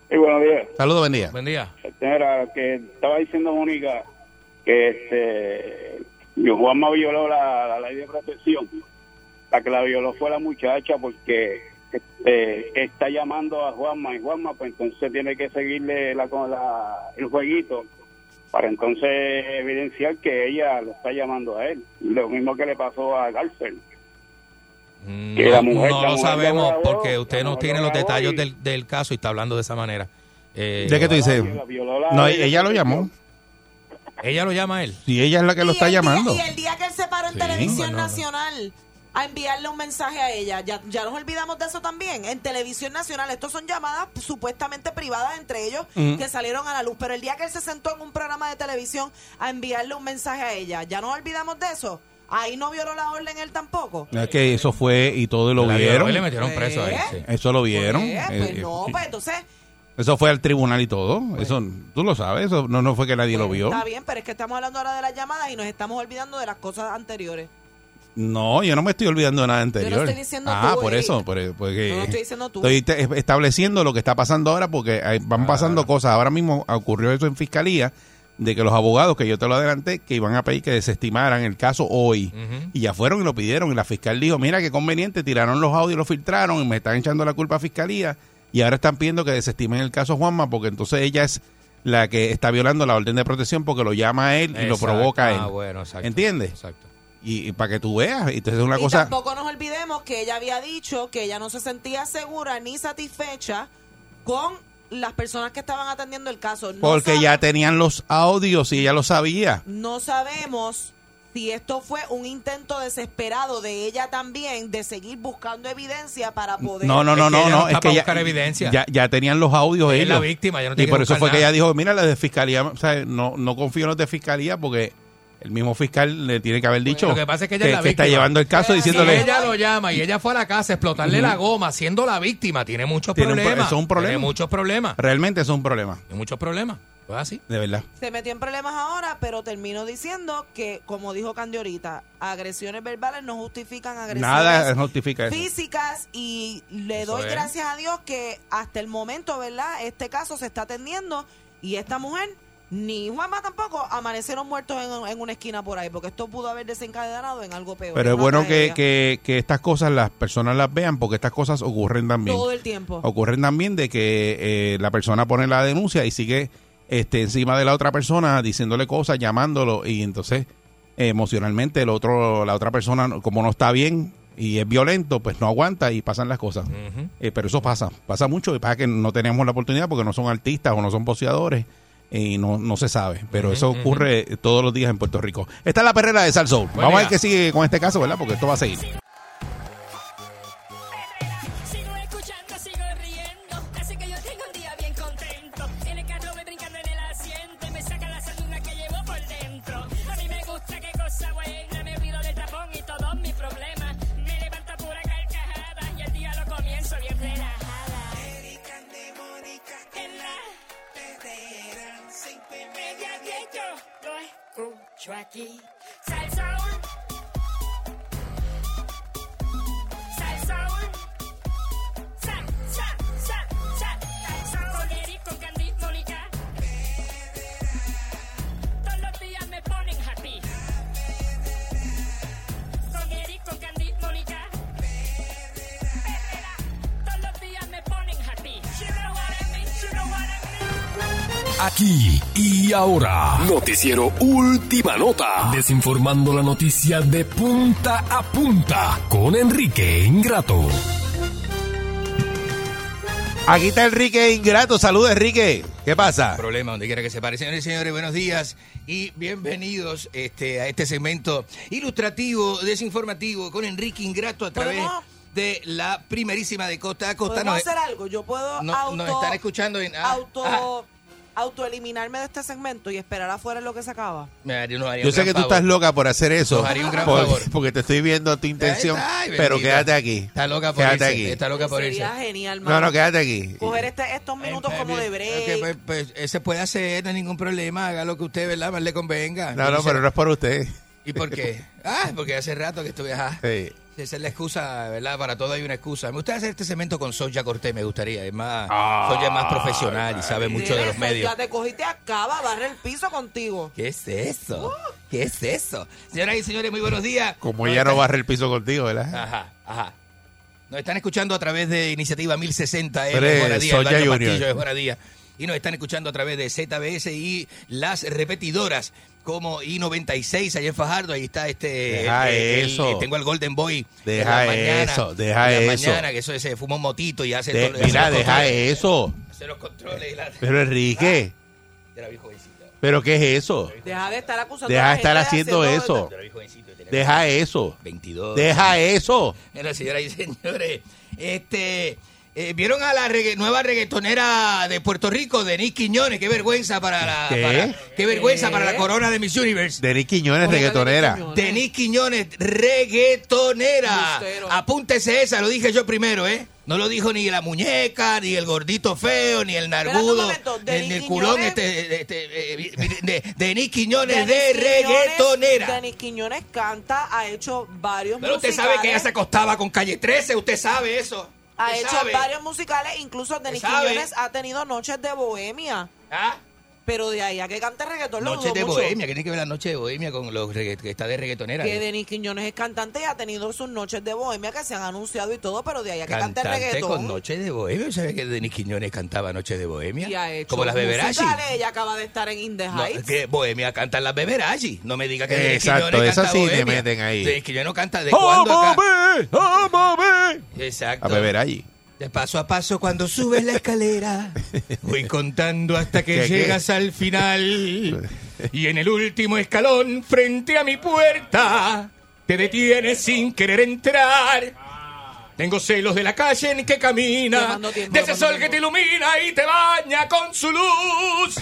Sí, buenos días.
Saludos, buen día.
Buen día.
Mira, que estaba diciendo Mónica que este, mi Juanma violó la, la ley de protección. La que la violó fue la muchacha porque este, está llamando a Juanma y Juanma pues entonces tiene que seguirle la, con la, el jueguito para entonces evidenciar que ella lo está llamando a él. Lo mismo que le pasó a Garfield. Que
no
la mujer-
no
la
lo
mujer
sabemos
lo grabó,
porque usted no tiene los detalles del, del caso y está hablando de esa manera. Eh,
¿De qué tú dices? No, ella lo llamó.
Ella lo llama a él.
Y ella es la que lo está
el día-
llamando.
y el día que él se paró en
Sí,
Televisión
bueno, no.
Nacional a enviarle un mensaje a ella, ya, ya nos olvidamos de eso también. En Televisión Nacional, estos son llamadas supuestamente privadas entre ellos
Mm.
que salieron a la luz, pero el día que él se sentó en un programa de televisión a enviarle un mensaje a ella, ya nos olvidamos de eso. Ahí no violó la orden él tampoco.
Es que eso fue y todo lo
La violó
vieron.
y le metieron preso a él, sí.
Eso lo vieron.
Eh,
Eh,
pues
eh,
no, pues entonces
Eso fue al tribunal y todo. Eso tú lo sabes. Eso no, no fue que nadie lo vio.
está bien, pero es que estamos hablando ahora de las llamadas y nos estamos olvidando de las cosas anteriores.
No, yo no me estoy olvidando de nada anterior.
estoy diciendo
ah,
tú,
por
Eric.
eso, por, porque
Yo no estoy diciendo tú.
estoy te- estableciendo lo que está pasando ahora porque hay-
Ah.
van pasando cosas. Ahora mismo ocurrió eso en fiscalía de que los abogados que yo te lo adelanté que iban a pedir que desestimaran el caso hoy y ya fueron y lo pidieron y la fiscal dijo, "Mira qué conveniente, tiraron los audios, los filtraron y me están echando la culpa a fiscalía y ahora están pidiendo que desestimen el caso Juanma porque entonces ella es la que está violando la orden de protección porque lo llama a él y lo
Exacto.
provoca a él."
Ah, bueno, exacto.
¿Entiendes?
Exacto.
Y, y para que tú veas, entonces es una
y
cosa
tampoco nos olvidemos que ella había dicho que ella no se sentía segura ni satisfecha con las personas que estaban atendiendo el caso. No
Porque ya tenían los audios y ella lo sabía.
No sabemos si esto fue un intento desesperado de ella también de seguir buscando evidencia para poder...
No, no, no, no,
ella no
no.
está
Es
para
que ya,
buscar evidencia.
Ya, ya tenían los audios
Ella es
ellos.
la víctima, ya no
y
tiene que
por eso
buscar
fue que
nada.
ella dijo, mira, la de fiscalía, o sea, no, no confío en los de fiscalía porque el mismo fiscal le tiene que haber dicho
Lo que pasa es que ella es la
está
víctima.
llevando el caso
Si
diciéndole...
ella lo llama y ella fue a la casa a explotarle
Ujú.
la goma siendo la víctima, tiene muchos
Tiene un pro-
problemas.
eso es un problema.
Tiene muchos problemas.
Realmente es un problema,
Tiene muchos problemas. Pues así.
de verdad.
Se metió en problemas ahora, pero termino diciendo que, como dijo Candy ahorita, agresiones verbales no justifican agresiones
Nada justifica eso.
físicas y le
Eso
doy
es.
gracias a Dios que hasta el momento, ¿verdad? Este caso se está atendiendo y esta mujer, ni Juanma tampoco, amanecieron muertos en, en una esquina por ahí, porque esto pudo haber desencadenado en algo peor.
Pero es
una
bueno que,
tragedia.
que- que estas cosas las personas las vean porque estas cosas ocurren también.
Todo el tiempo.
Ocurren también de que eh, la persona pone la denuncia y sigue este, encima de la otra persona diciéndole cosas, llamándolo y entonces eh, emocionalmente el otro, la otra persona no- como no está bien y es violento, pues no aguanta y pasan las cosas.
Mm.
Eh, pero eso pasa, pasa mucho y pasa que no tenemos la oportunidad porque no son artistas o no son boxeadores y no, no se sabe. Pero eso ocurre todos los días en Puerto Rico. Esta es la perrera de Salsoul. Vamos a ver
día.
qué sigue con este caso, ¿verdad? Porque esto va a seguir.
Sigo escuchando, sigo riendo. Así que yo tengo un día bien contento. En el carro me brincando en el asiento y me saca la saluna que llevo por dentro. A mí me gusta, qué cosa buena. Me olvido del tapón y todos mis problemas. Me levanta pura carcajada y el día lo comienzo bien relajada. en la perrera. Cinco y media, diez, yo lo escucho aquí. Salsaúl. Salsaúl. Sal, sal, sal, sal. Salsaúl con Eric, con Candy, Mónica. Todos los días me ponen happy. Con Eric, con Candy, Mónica. Perrera. Todos los días me ponen happy. You know what I mean, you know what I mean.
Aquí y ahora, noticiero Última Nota, desinformando la noticia de punta a punta con Enrique Ingrato.
Aquí está Enrique Ingrato. Saluda, Enrique. ¿Qué pasa?
problema, donde quiera que se pare. Señores y señores, buenos días y bienvenidos este, a este segmento ilustrativo, desinformativo, con Enrique Ingrato a través
¿Podemos?
de la primerísima de Costa a Costa.
¿Podemos
Nos-
hacer algo? Yo puedo
no-
auto...
nos están escuchando en- ah,
auto...
ah.
Autoeliminarme de este segmento y esperar afuera lo que se acaba.
Me haría- nos haría
Yo
un
sé
gran
que tú
favor.
estás loca por hacer eso.
Nos haría un gran
por-
favor.
Porque te estoy viendo tu intención.
Ay, bendito.
pero quédate aquí.
Está loca por
Quédate
irse,
aquí.
Está loca por irse.
Sería genial,
No, no, quédate aquí.
Coger este- estos minutos como de break.
Ok, pues, pues, eh, se puede hacer, no hay ningún problema. Haga lo que usted, ¿verdad? Más le convenga.
No, no,
Dice-
pero no es por usted.
¿Y por qué? Ah, porque hace rato que estuve. Ajá.
Sí.
Esa es la excusa, ¿verdad? Para todo hay una excusa. Me gustaría hacer este cemento con Soya Cortés, me gustaría. Es más,
Ah,
Soya es más profesional y sabe mucho de los
Mira,
medios.
Ya te cogiste acaba, barre el piso contigo.
¿Qué es eso?
Uh.
¿Qué es eso? Señoras y señores, muy buenos días.
Como ella no barre el piso contigo, ¿verdad?
Ajá, ajá. Nos están escuchando a través de Iniciativa 1060
Pero es
M, Juana Díaz, el
Soya
barrio
Junior.
Castillo de Juana Díaz. Y nos están escuchando a través de ZBS y las repetidoras como I96 allá en Fajardo. Ahí está este...
Deja
el- el- el-
eso.
tengo al Golden Boy. en
Deja
la mañana,
eso, deja
en la
eso.
mañana, que eso se fuma un motito y hace...
De-
todo- hace
mira,
los
deja
controles.
eso.
Hace los controles y la...
Pero Enrique,
Yo Ah, la vi jovencita.
¿pero qué es eso?
Deja de estar acusando a
Deja
la
de estar
gente
haciendo
hacer
eso.
Yo la vi jovencito y tenía
Deja eso.
22.
Deja eso.
Bueno, señoras y señores, este, eh, ¿vieron a la regga- nueva reggaetonera de Puerto Rico, Denise Quiñones? Qué vergüenza para la,
¿Qué?
para- qué vergüenza para la corona de Miss Universe.
Denis Quiñones, reggaetonera.
Denise Quiñones, reggaetonera. Apúntese esa, lo dije yo primero, ¿eh? No lo dijo ni la muñeca, ni el gordito feo, ni el
Espérate un
nargudo,
momento,
ni
Denis
el- ni el culón
Quiñones.
este, este, eh, vi- vi- de, Denis Quiñones
Denis
de
Quiñones-
reggaetonera.
Denis Quiñones canta, ha hecho varios
Pero usted sabe que ella se acostaba con Calle 13, usted sabe eso.
Ha
usted
hecho
sabe.
varios musicales, incluso Denis
sabe.
Quiñones ha tenido noches de bohemia. Pero de ahí a que cante reggaetón lo
Noche
dudo
de
mucho.
bohemia, eh. que tiene que ver la noche de bohemia con los regga- que está de reggaetonera.
Que Denis Quiñones es cantante y ha tenido sus noches de bohemia que se han anunciado y todo, pero de ahí a que cante
Cantante con
reggaetón.
Noche de Bohemia. ¿Sabe que Denis Quiñones cantaba Noche de Bohemia?
Y ha hecho
Como las Beberachi.
musicales, Ella acaba de estar en In the
No,
Heights.
que Bohemia cantan las Beberachi. No me diga que Denis
Exacto,
Quiñones
esas
canta
sí le
Bohemia.
meten ahí.
Denis Quiñones canta de
¡Oh,
cuándo acá.
mami! ¡Oh, mami!
Exacto.
A beber allí.
De paso a paso, cuando subes la escalera, voy contando hasta que
¿Qué, qué?
llegas al final. Y en el último escalón, frente a mi puerta, te detienes sin querer entrar. Tengo celos de la calle en que camina,
Ah. Tomando tiempo,
de ese
tomando
sol que te ilumina y te baña con su luz.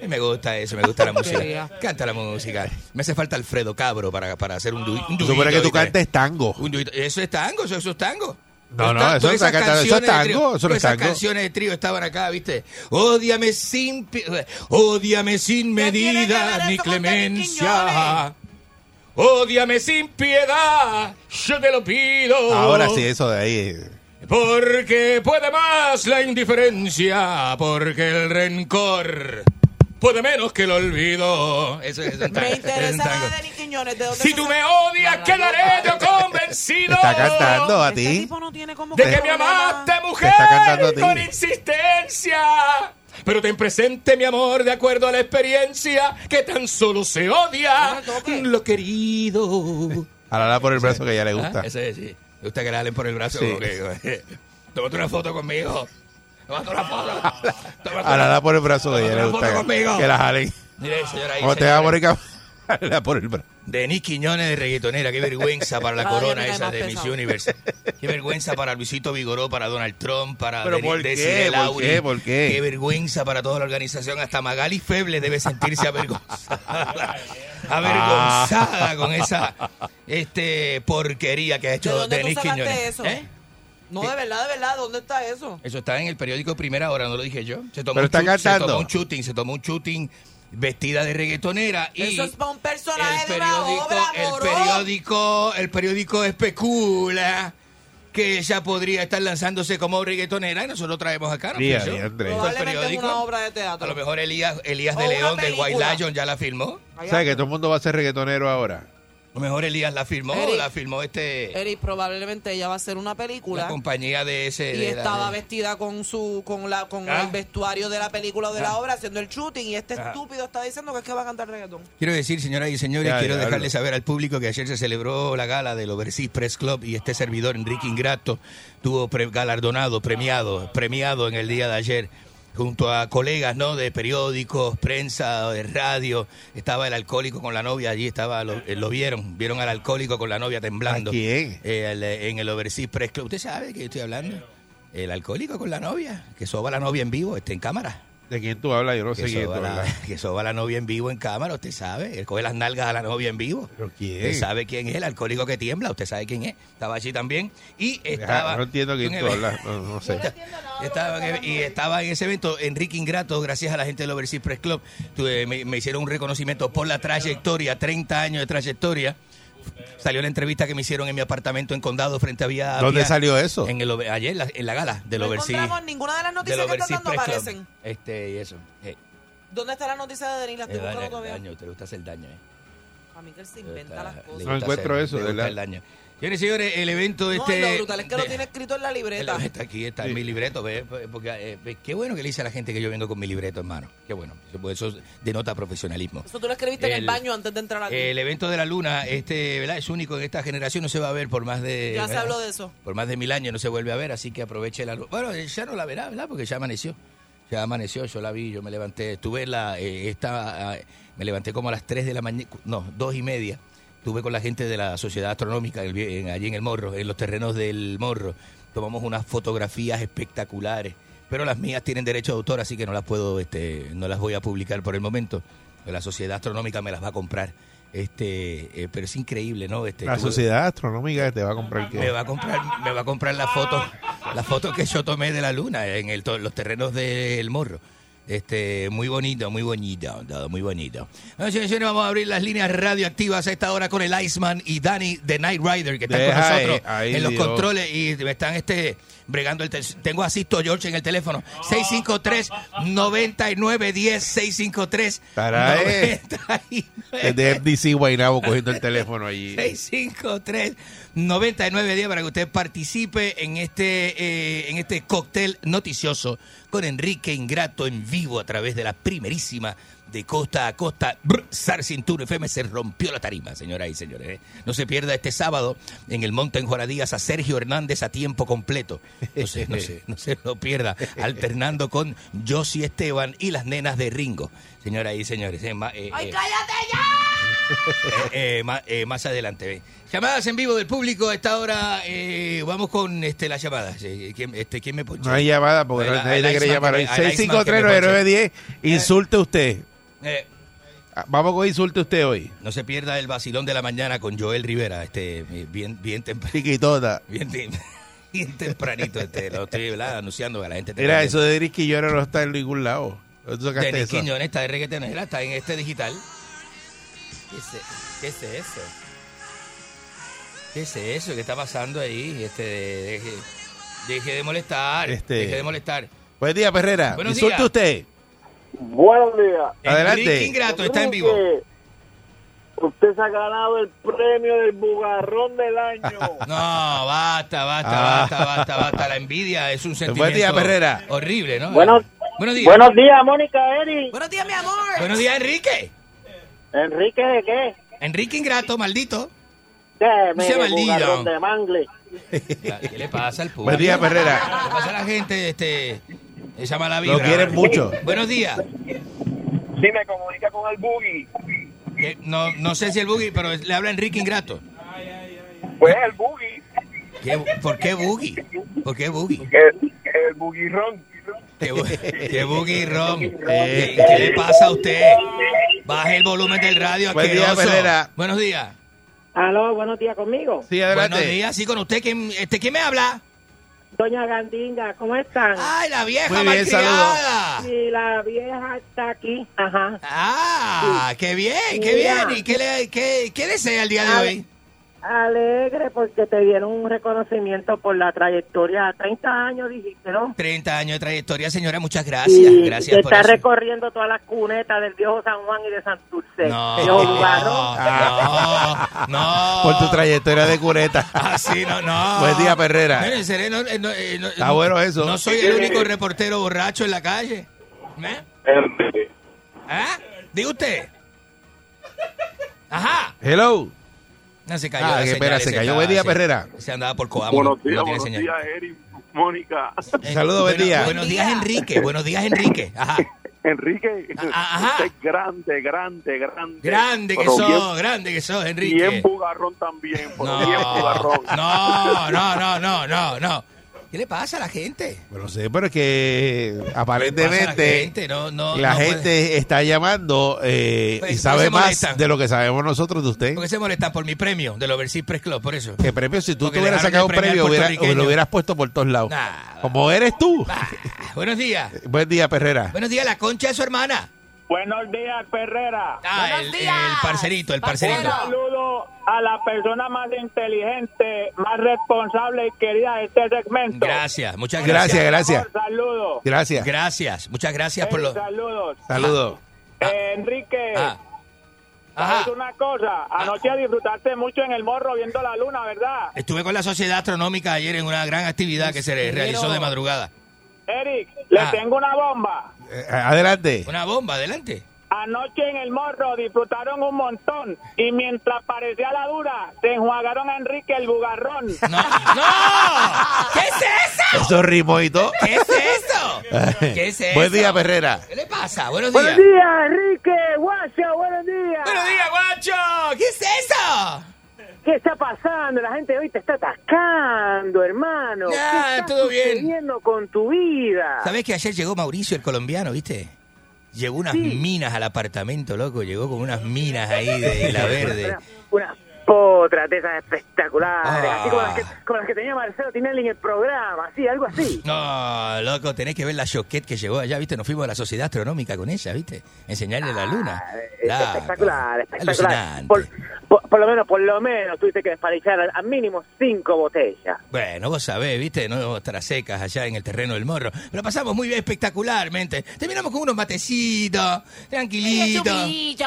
Eh, Me gusta eso, me gusta la música.
Porquería.
Canta la música. Me hace falta Alfredo Cabro para, para hacer un, du un
Se
duito
supone que tú
ahorita.
cantes tango.
Un duito. Eso es tango, eso, eso es tango.
No, no,
Está-
eso
todas
está
esas
cantando- eso es
canciones de
tango,
trío-
eso no es
todas esas
tango.
canciones de trío estaban acá, ¿viste? Ódiame sin pi- ódiame sin medida ni clemencia. Ódiame sin piedad, yo te lo pido.
Ahora sí, eso de ahí. eh.
Porque puede más la indiferencia, porque el rencor puede menos que el olvido. Eso es un tango.
Me
es un
interesa
tango.
la de Denis Quiñones. ¿de dónde
Si tú me odias, quedaré yo convencido.
Está cantando a
Este
ti.
De que me amaste,
Te está cantando a
mujer,
ti.
con insistencia. Pero ten presente, mi amor, de acuerdo a la experiencia, que tan solo se odia lo querido.
Alala por el brazo que a ella le gusta.
Ah, Ese sí. Le gusta que eh. le jalen por el brazo.
Sí.
porque- Tómate una foto conmigo. Tómate una foto. Tómate una-
Alala por el brazo que a ella
Tómate
le
una foto
gusta.
conmigo.
Que la jalen.
Mire, señora ahí,
Como te va a
señora.
morir, cabrón. Alala por el brazo.
Denis Quiñones de reggaetonera, qué vergüenza
Ah,
para la
Cada día
corona
me cae
esa
más
de Miss
pesado.
Universe. Qué vergüenza para Luisito Vigoró, para Donald Trump, para
¿Pero
Denis-
por qué?
Desiree
¿Por
Lauri.
qué? ¿Por qué?
vergüenza para toda la organización. Hasta Magali Feble debe sentirse avergonzada. avergonzada
Ah.
con esa este, porquería que ha
¿De
hecho
dónde tú
Denis
sacaste
Quiñones.
eso?
¿Eh?
No, de verdad, de verdad, ¿dónde está eso?
Eso está en el periódico Primera Hora, no lo dije yo. Se tomó, un,
Pero está
chut- se
cantando.
tomó un shooting, se tomó un shooting vestida de reggaetonera y
Eso es para un personaje
el
de una
periódico,
obra,
el
morón.
periódico, el periódico especula que ella podría estar lanzándose como reggaetonera y nosotros traemos acá. ¿no?
Día,
Eso.
día, Andrés.
Eso es el
Probablemente es
periódico.
una obra de teatro.
A lo mejor Elías, Elías
O
de
una
León del White
película.
Lion ya la firmó.
¿Sabes que todo el mundo va a ser reggaetonero ahora?
A lo mejor Elías la firmó,
Eric.
la firmó este
Eric, probablemente ella va a hacer una película.
la compañía de ese
y
de la-
estaba
de-
vestida con su con la con
Ah.
el vestuario de la película o de la
Ah.
obra haciendo el shooting y este
Ah.
estúpido está diciendo que es que va a cantar reggaetón.
Quiero decir, señoras y señores,
Ya,
quiero
ya,
dejarle
hablo.
saber al público que ayer se celebró la gala del Overseas Press Club y este servidor, Enrique Ingrato, tuvo pre- galardonado, premiado, premiado en el día de ayer junto a colegas, ¿no? De periódicos, prensa, de radio. Estaba el alcohólico con la novia allí, estaba, lo, eh, lo vieron, vieron al alcohólico con la novia temblando.
¿A quién?
Eh, el, eh, en el Overseas Press Club. ¿Usted sabe de qué estoy hablando? El alcohólico con la novia, que soba la novia en vivo, está en cámara.
¿De quién tú hablas? Yo no sé
Que
quién tú
soba, la,
hablas.
que soba la novia en vivo en cámara, usted sabe. Él coge las nalgas a la novia en vivo. Usted sabe quién es, el alcohólico que tiembla, usted sabe quién es. Estaba allí también. Y estaba.
Ah, no entiendo quién
en
tú
el-
hablas. No, no sé.
estaba en- y estaba en ese evento Enrique Ingrato, gracias a la gente del Overseas Press Club, tuve- me, me hicieron un reconocimiento por la trayectoria, 30 años de trayectoria. Salió la entrevista que me hicieron en mi apartamento en Condado frente a Vía.
¿Dónde
Vía-
salió eso?
En el, Ove- ayer, la- en la gala del
No
Overseas.
encontramos ninguna de las
del
noticias que están
Overseas
dando
Press Club.
aparecen.
Este, y eso. Eh,
¿Dónde está la noticia de Denis? La estoy
eh, daño,
buscando todavía.
daño, te gusta hacer daño, eh.
A mí que él se inventa las cosas.
No encuentro eso, de verdad.
Señores y señores, el evento
No,
este.
y lo brutal eh. es que lo
de-
tiene escrito en la libreta.
el- está aquí, está en mi libreto. ve, Porque, eh, ve, qué bueno que le dice a la gente que yo vengo con mi libreto, hermano. Qué bueno. Eso, pues, eso denota profesionalismo.
Eso tú lo escribiste en el
El-
baño antes de entrar aquí.
El evento de la luna, este, ¿verdad? Es único en esta generación, no se va a ver por más de.
ya se
¿verdad?
habló de eso.
Por más de mil años no se vuelve a ver, así que aproveche la luz. Bueno, eh, ya no la verá, ¿verdad? Porque ya amaneció. Ya amaneció, yo la vi, yo me levanté. Estuve en la. eh, esta, eh, me levanté como a las 3 de la mañana, no, dos y media. Estuve con la gente de la Sociedad Astronómica el vie- en- allí en el Morro, en los terrenos del Morro. Tomamos unas fotografías espectaculares, pero las mías tienen derecho de autor, así que no las puedo, este, no las voy a publicar por el momento. La Sociedad Astronómica me las va a comprar Este, eh, pero es increíble, ¿no? Este,
La
tuve-
sociedad astronómica que te va a comprar que
me va a comprar, me va a comprar la foto, la foto que yo tomé de la luna en el to- los terrenos del morro. Este, muy bonito, muy bonito, todo muy bonito. Bueno, señores, señores, vamos a abrir las líneas radioactivas a esta hora con el Iceman y Danny de Night Rider, que están
Deja,
con nosotros
eh, ahí,
en los
Dios.
controles y me están este bregando el tel- tengo a Sisto George en el teléfono 653 9910 653
Caray.
99
de FDC Guaynabo cogiendo el teléfono allí.
653-99 días para que usted participe en este, eh, en este cóctel noticioso con Enrique Ingrato en vivo a través de la primerísima de costa a costa. Brr, Sar Cinturón FM se rompió la tarima, señoras y señores. ¿eh? No se pierda este sábado en el Monte en Juana Díaz a Sergio Hernández a tiempo completo. No se, no se, no se lo pierda, alternando con Josie Esteban y las nenas de Ringo. Señoras y señores, eh, ma- eh,
¡Ay,
eh,
cállate
eh, eh, ma- eh, más adelante. ve. Llamadas en vivo del público a esta hora. eh, vamos con este, las llamadas. Eh, ¿quién, este, ¿Quién me ponchó?
No hay llamada porque
Al-
nadie
al
te quiere
Iceman
llamar
que
hoy.
me- al Iceman que me ponche.
6539910, insulte usted.
Eh,
Ah, Vamos con insulte usted hoy.
no se pierda el vacilón de la mañana con Joel Rivera. Este, bien, bien temprano.
Chiquitota.
Bien, tem- bien tempranito. Este, lo estoy ¿verdad? anunciando a la gente.
Mira, eso de Ricky Llora no está en ningún lado. ¿Dónde
de
sacaste eso?
Niquiñones, está de reggaetonera, está en este digital. ¿Qué es, e, qué es eso? ¿Qué es eso? ¿Qué está pasando ahí? Este, deje, deje de molestar.
Este-
Deje de molestar.
Buen día, Perrera.
Buenos
insulte
días.
usted.
Buenos días.
Adelante.
Ingrato
está en vivo. Usted se ha ganado el premio del bugarrón del año.
No, basta, basta, basta, basta, basta. La envidia es un sentimiento
Ah. Buen día, Perrera.
horrible, ¿no?
Buenos,
buenos días.
Buenos días, Mónica Eri. Buenos días, mi amor.
Buenos días, Enrique.
Enrique, ¿de qué?
Enrique Ingrato, maldito.
Déjeme,
Sea maldito.
bugarrón de mangle.
¿Qué le pasa al público?
Buen día, Perrera.
¿Qué le pasa a la gente? Este, esa mala vibra.
Lo quieren mucho.
Buenos días.
Sí, me comunica con el boogie.
Eh, No, no sé si el buggy, pero le habla Enrique Ingrato.
Pues el boogie.
¿Qué- ¿Por qué buggy? ¿Por qué buggy?
El, el buguirrón.
¿Qué, bu- qué buggy ron? Eh, ¿Qué le pasa a usted? Baje el volumen del radio.
Buen día,
asqueroso.
Perrera.
Buenos días.
Aló, buenos días conmigo.
Sí, adelante.
Buenos días, sí, con usted. ¿Quién, este, ¿quién me habla?
Doña Gandinga, ¿cómo están?
Ay, la vieja
Muy bien,
malcriada.
Sí, la vieja está aquí. Ajá.
Ah, qué bien, qué
Mira.
bien. ¿Y qué, le, qué, qué desea el día de
Ale-
hoy?
Alegre porque te dieron un reconocimiento por la trayectoria. 30 años dijiste, ¿no?
30 años de trayectoria, señora. Muchas gracias.
Y
gracias
que
por
está
eso.
recorriendo todas las cunetas del viejo San Juan y de Santurce.
No,
Viejo Bugarrón.
no, no.
Por tu trayectoria de cureta.
Así, no, no.
Buen día, Perrera.
Bueno, en serio, no, eh, no, eh, no-
Está bueno eso.
No soy el único reportero borracho en la calle. ¿Eh? ¿Ah? Diga usted. Ajá.
Hello.
No se cayó.
Ah,
la
que
señal,
espera, se
ese
cayó.
estaba-
Buen día,
se-
Perrera.
Se andaba por Coamo.
Buenos
no
días,
tiene
buenos
señal.
días, Eric, Mónica.
Saludos, buen
Bueno,
día.
buen
Buenos
día.
días, Enrique. Buenos días, Enrique. Ajá.
Enrique,
usted
es Este grande, grande, grande.
Grande que
Pero
sos,
bien-
grande que sos, Enrique.
bien bugarrón también,
no,
bien bugarrón.
no, no, no, no, no, no. ¿Qué le pasa a la gente?
No sé, pero es que
Pasa la
aparentemente
gente, no, no,
la
no
gente está llamando eh,
Pues,
y
pues
sabe
se
más
molestan.
de lo que sabemos nosotros de
puede-
usted.
porque se molestan por mi premio del Overseas Press Club, por eso.
Que premio, si tú
Porque
te hubieras
dejaron de
sacado un
premiar
premio, hubiera-
puertorriqueño.
lo hubieras puesto por todos lados.
Nah.
Como eres tú.
Buenos días.
Buen día, Perrera.
Buenos días, la concha de su hermana.
Buenos días, Perrera.
Ah, el, el parcerito, el parcerito.
saludo a la persona más inteligente, más responsable y querida de este segmento.
Gracias, muchas gracias.
Gracias, gracias.
Saludos.
Gracias.
Gracias, muchas gracias por los...
Eh, Saludos.
Saludos.
Eh, Enrique,
Ah.
¿sabes una cosa? Anoche disfrutaste mucho en el morro viendo la luna, ¿verdad?
Ah, Estuve con la Sociedad Astronómica ayer en una gran actividad que se re- realizó de madrugada.
Eric, le
Ah.
tengo una bomba.
Eh, Adelante.
Una bomba, adelante.
Anoche en el morro disfrutaron un montón y mientras parecía la dura, se enjuagaron a Enrique el bugarrón.
¿Qué es eso?
Esos ritmos y todo.
¿Qué es eso? Eh, ¿Qué es eso?
Buen día, Perrera.
¿Qué le pasa? Ah, Buenos días.
Buenos días, Enrique, guacho, buenos días.
Buenos días, guacho. ¿Qué es eso?
¿Qué está pasando? La gente hoy te está atascando, hermano. ¿Qué
Ah,
está
todo bien.
sucediendo con tu vida?
¿Sabes que ayer llegó Mauricio, el colombiano, viste? Llegó unas
Sí.
minas al apartamento, loco. Llegó con unas minas ahí de la verde.
Unas potras de esas espectaculares,
Ah.
así como las, que, como las que tenía Marcelo Tinelli en el programa, así, algo así.
No, loco, tenés que ver la choquette que llegó allá, ¿viste? Nos fuimos a la Sociedad Astronómica con ella, ¿viste? Enseñarle la luna. Claro.
Ah, espectacular, espectacular.
Alucinante.
Por, por- por lo menos, por lo menos tuviste que despalichar al, al mínimo cinco botellas.
Bueno, vos sabés, viste, no tras secas allá en el terreno del morro. Pero pasamos muy bien, espectacularmente. Terminamos con unos matecitos, tranquilitos.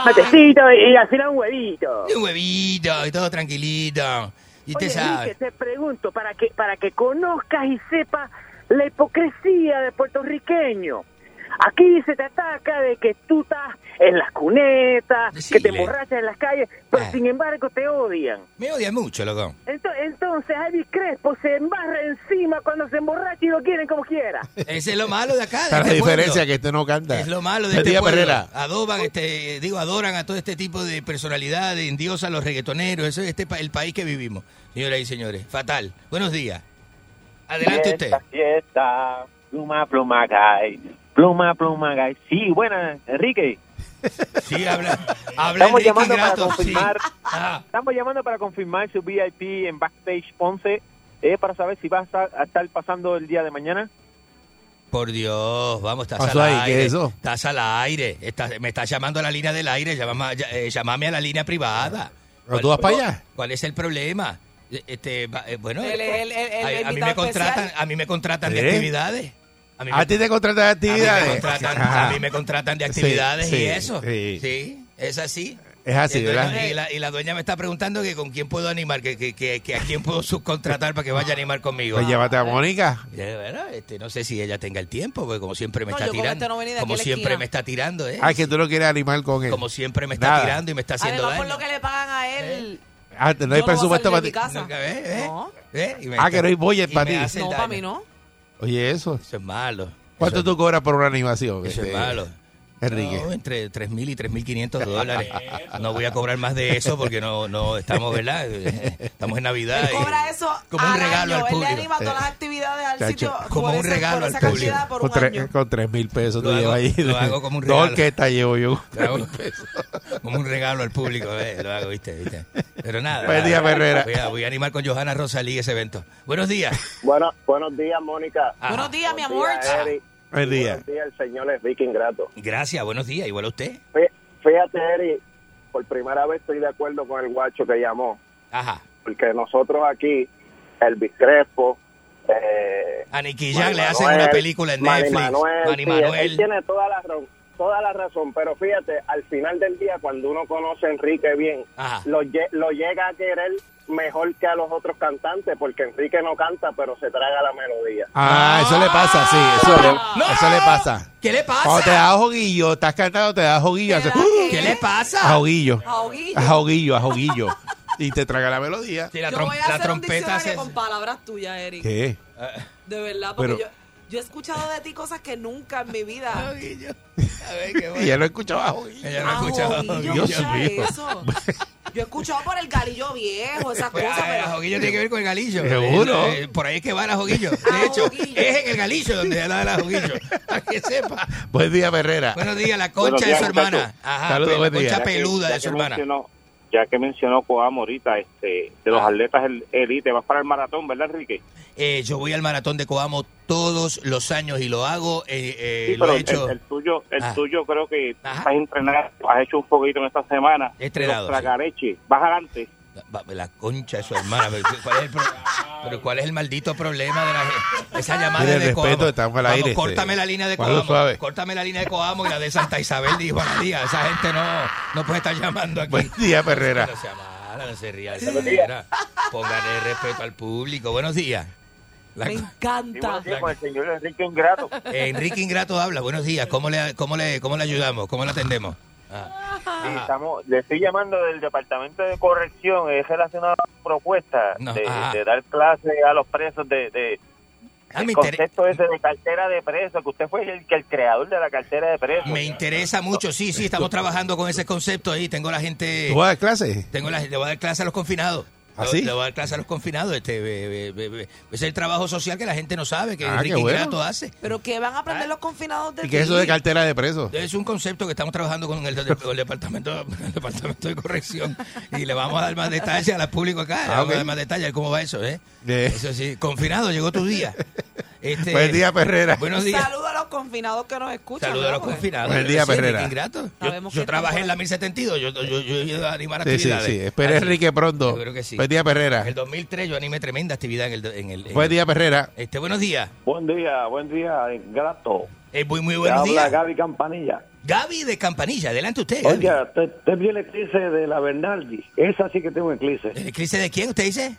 Matecito y, y al final un huevito.
Y un huevito y todo tranquilito. Y usted
Oye,
sabe.
Enrique, te pregunto, para que, para que conozcas y sepas la hipocresía del puertorriqueño. Aquí se te ataca de que tú estás en las cunetas, que te
Decile.
emborrachas en las calles, pero sin embargo te odian.
Ah. Me odia mucho, loco.
Ento- Entonces, Elvis Crespo se embarra encima cuando se emborracha y lo quieren como quiera.
Ese es lo malo de acá. de
Esa es la
este pueblo.
diferencia que este no canta.
Es lo malo de
Buen
este
día,
pueblo.
Perrera.
Adoban, este, digo, adoran a todo este tipo de personalidades, endiosan a los reggaetoneros. Eso es este, pa- el país que vivimos, señoras y señores. Fatal. Buenos días. Adelante usted.
Fiesta, fiesta, pluma, pluma, guy. Pluma, pluma, guy. Sí, buena, Enrique.
Sí, habla. habla
Estamos
Enrique
llamando
Ingrato,
para confirmar.
sí. Ah. Ajá.
Estamos llamando para confirmar su VIP en Backstage 11. Es para saber si vas a, a estar pasando el día de mañana.
Por Dios, vamos, estás
Pasó
al
ahí, ¿qué
aire.
es eso?
Estás al aire. Estás- me estás llamando a la línea del aire. Llamame, llamame a la línea privada.
¿Pero
¿Cuál-
tú vas para allá?
¿Cuál es el problema? Eh, Este, va- eh, bueno,
Él es el- el- el
a- a, mí
invitado
me contratan,
especial.
a mí me contratan de
¿Eh?
actividades. A, mí me-
A ti te contratan de actividades.
A mí me contratan,
Ajá.
a mí me contratan de
Sí,
actividades
sí,
y eso.
sí.
Sí. es así.
Es así,
Y entonces-
¿verdad?
Y la, y la dueña me está preguntando que con quién puedo animar, que, que- que- que a quién puedo subcontratar para que vaya a animar conmigo.
Pues llévate a Mónica.
Ya, de verdad, este, no sé si ella tenga el tiempo, porque como siempre me
No,
está
yo con
tirando.
este no venía de
como
aquí a la
siempre
esquina.
me está tirando, ¿eh?
Ah, que tú no quieres animar con él.
Como siempre me está
Nada.
tirando y me está haciendo
Además, por
daño.
lo que le pagan a él.
Ah, te- no hay
yo voy a
presupuesto
salir
para
de mi
ti.
casa. No.
¿Eh? Y me
Ah,
está-
que no hay budget
y
para
me
ti.
hace el
No,
daño.
para mí no.
Oye, eso.
Eso es malo.
¿Cuánto
Eso
tú cobras por una animación?
Eso es
este,
malo.
Enrique.
No, entre 3.000 y 3.500 dólares. No voy a cobrar más de eso porque no, no estamos, ¿verdad? Estamos en Navidad. y-
Cobra eso
Como un
al
regalo
año.
al
Él
público.
le anima todas las
Eh,
actividades al
chacho,
sitio. por
como un
ese-
regalo
por
al
esa
público.
cantidad por
Con,
un
tres-
año.
con tres mil pesos tú
Lo hago-
llevas ahí.
lo hago como un
Dos
regalo.
orquestas llevo yo.
Lo hago- como un regalo al público, eh, lo hago, ¿viste? ¿viste? Pero nada.
Buen día, Herrera.
Voy a, voy a animar con Johanna Rosalí ese evento. Buenos días.
Bueno, buenos días, Mónica.
Ajá. Buenos días, mi amor.
Eri.
Buen día.
Buenos días, el señor Enrique Ingrato.
Gracias, buenos días. Igual a usted.
Fí- Fíjate, Eri, por primera vez estoy de acuerdo con el guacho que llamó,
Ajá.
porque nosotros aquí, el Crespo, eh,
A Nicky
Manny
Jam le hacen
Manuel,
una película en
Manny
Netflix.
Manuel,
Manny
sí,
Manuel.
él tiene toda la, razón, toda la razón, pero fíjate, al final del día, cuando uno conoce a Enrique bien,
Ajá.
lo, lle- lo llega a querer mejor que a los otros cantantes, porque Enrique no canta, pero se traga la melodía.
Ah, eso le pasa, sí. Eso, eso le pasa.
¿Qué le pasa?
Cuando te da joguillo, estás cantando, te da joguillo. haces-
¿Qué le pasa?
A joguillo.
Ahoguillo.
A joguillo, a joguillo. Y te traga la melodía.
Sí, la
Yo
trom-
voy a
la
hacer un
trompeta
diccionario
se-
con palabras tuyas, Eric.
¿Qué?
De verdad, porque
Pero-
yo, yo he escuchado de ti cosas que nunca en mi vida.
Ella lo escuchaba a joguillo.
Ella no escuchaba a
Ahoguillo,
Joguillo.
Dios eso. Yo he escuchado por el galillo viejo, esas
Pues,
cosas,
ah,
pero...
la joguillo tiene que ver con el galillo.
Seguro.
Eh, eh, por ahí es que va la joguillo.
Ah,
De hecho, es en el galillo donde se da la joguillo. Para que sepa.
Buen día, Herrera.
Buenos días, la
Buenos
concha
días,
de su hermana.
muchachos.
Ajá,
Saludos,
pe-
buen día.
concha
Ya que-
peluda
ya
de su
que
hermana.
mencionó- ya que mencionó Coamo ahorita, este, de
Ah.
los atletas el- elite, vas para el maratón, ¿verdad, Enrique?
Eh, yo voy al maratón de Coamo todos los años y lo hago. eh, eh,
Sí,
lo
pero
he hecho.
el, el tuyo, el
Ah.
tuyo creo que has entrenado, has hecho un poquito en esta semana.
He entrenado,
Los tragareches, vas adelante.
Va- La concha de su hermana. Pero ¿cuál es el, pro- pero ¿cuál es el maldito problema de la gente? Esa llamada
Mire,
de
respeto,
Coamo.
estamos al
Vamos,
aire, este.
Córtame la línea de
Pablo
Coamo.
Suave.
Córtame la línea de Coamo y la de Santa Isabel de Juana Díaz. Esa gente no, no puede estar llamando aquí.
Buen día, Herrera.
No sea mala, no se ría de esa manera. Póngale respeto al público. Buenos días. La-
Me encanta.
con el señor Enrique Ingrato.
Eh, Enrique Ingrato habla. Buenos días. ¿Cómo le, cómo le, cómo le ayudamos? ¿Cómo le atendemos?
Sí, estamos, le estoy llamando del departamento de corrección, es relacionado a la propuesta
No,
de,
ajá.
de dar clase a los presos de, de
Ah,
el
me inter-
concepto ese de cartera de presos, que usted fue el, que el creador de la cartera de presos.
Me interesa mucho. Sí, sí, estamos trabajando con ese concepto ahí. Tengo la gente.
¿Tú vas a clase? ¿Ah,
Tengo la, le voy a dar clase a los confinados.
¿Así?
Lo, lo va a dar clase a los confinados. Este, be- be- be- be- es el trabajo social que la gente no sabe, que
Ah,
Enrique
qué bueno.
Ingrato hace.
Pero que van a aprender los confinados de
Y que eso de cartera de presos.
Es un concepto que estamos trabajando con el, de- con el departamento, el departamento de corrección y le vamos a dar más detalles al público acá. le
Ah,
vamos
ok.
a dar más detalles cómo va eso, ¿eh?
Eh.
Eso sí, confinado, llegó tu día. Este,
Buen día, Perrera.
Buenos días.
Saludos a los confinados que nos escuchan.
Saludos a los
¿no? Porque-
confinados.
Buen día,
Sí, Enrique
Perrera.
Ingrato. Yo,
Sabemos
yo
que
trabajé
estamos-
en la 1072. Yo, yo, yo, yo iba a animar
Sí, sí,
actividades.
sí. Espera,
Así-
Enrique, pronto.
Yo creo que sí.
Buen día, Perrera.
En el 2003 yo animé tremenda actividad en el. En el en
Buen
el-
día, Perrera.
Este, buenos días.
Buen día, buen día, grato.
Es muy, muy
Te
buenos
habla
días.
Gaby Campanilla.
Gaby de Campanilla, adelante usted. Gaby.
Oiga, te, te vi el eclipse de la Bernaldi. Esa sí que tengo un eclipse.
¿El eclipse de quién usted dice?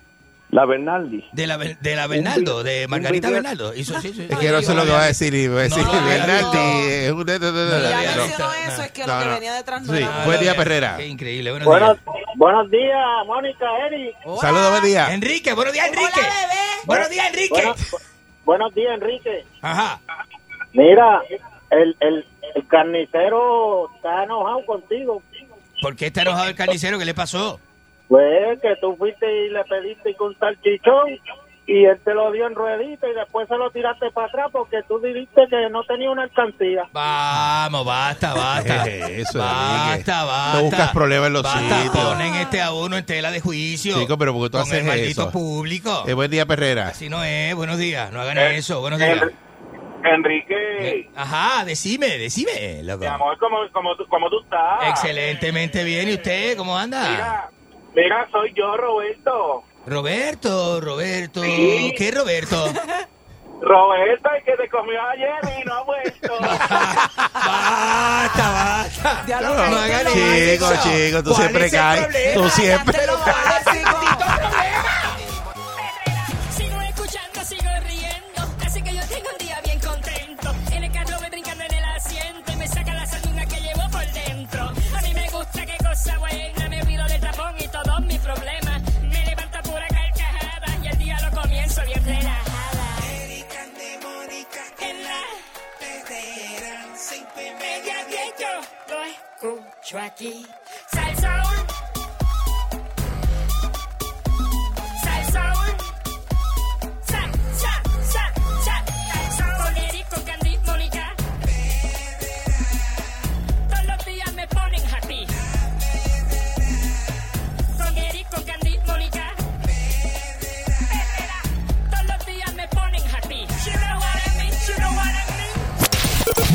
La Bernaldi.
De la, Ber- de la Bernaldo,
Un-
de
un
Margarita
video-
Bernaldo. Hizo, sí, sí.
Es que no sé lo que va a decir. Y va a decir,
no, no,
Bernardi,
no.
es un- no, no, no, no,
Ya
no.
mencionó
eso, es que
No,
lo que
no.
venía detrás no
Sí,
era
buen día,
bueno.
Perrera.
Ah, Qué increíble, buenos
Buenos,
días.
buenos días, Mónica, Eric.
Saludos, buen día.
Enrique, buenos días, Enrique. buenos días, Enrique.
buenos días, Enrique.
Ajá.
Mira, el, el, el carnicero está enojado contigo.
¿Por qué está enojado este el carnicero? ¿Qué le pasó?
Pues que tú fuiste y le pediste un salchichón y él te lo dio en ruedita y después se lo tiraste para atrás porque tú dijiste que no tenía una alcancía.
Vamos, basta, basta.
Eso, Enrique.
basta, basta.
No buscas problemas en los
Basta,
sitios.
ponen este a uno en tela de juicio.
Chico, pero porque tú
con el
haces
maldito
eso?
público.
Eh, buen día, Perrera.
Así no es, buenos días. No hagan
Eh,
eso, buenos días. Eh,
Enri- Enrique,
Ajá, decime, decime, loco.
mi amor, ¿cómo, cómo, tú- cómo tú estás?
Excelentemente bien. ¿Y usted cómo anda?
Mira, mira, soy yo, Roberto.
Roberto, Roberto.
Sí.
¿Qué Roberto?
Roberto, el que te comió ayer y no ha vuelto.
basta, basta.
Ya
No, Chico, chico, tú siempre caes. Tú siempre.
Sigo escuchando, sigo riendo. Así que yo tengo un día bien contento. En el carro voy brincando en el asiento y me saca la sardina que llevo por dentro. A mí me gusta qué cosa buena. Me olvido del tapón y todos mis problemas. Me levanta pura carcajada y el día lo comienzo bien relajada. En la media diez yo lo escucho aquí. Salsaul. Salsaul. Sal, sal, sal, sal. Salsaul. Con Eric, con Candy, Mónica. Todos los días me ponen happy. Con Eric, con Candy, Mónica. Todos los días me ponen happy. She know what I mean, she know what I mean.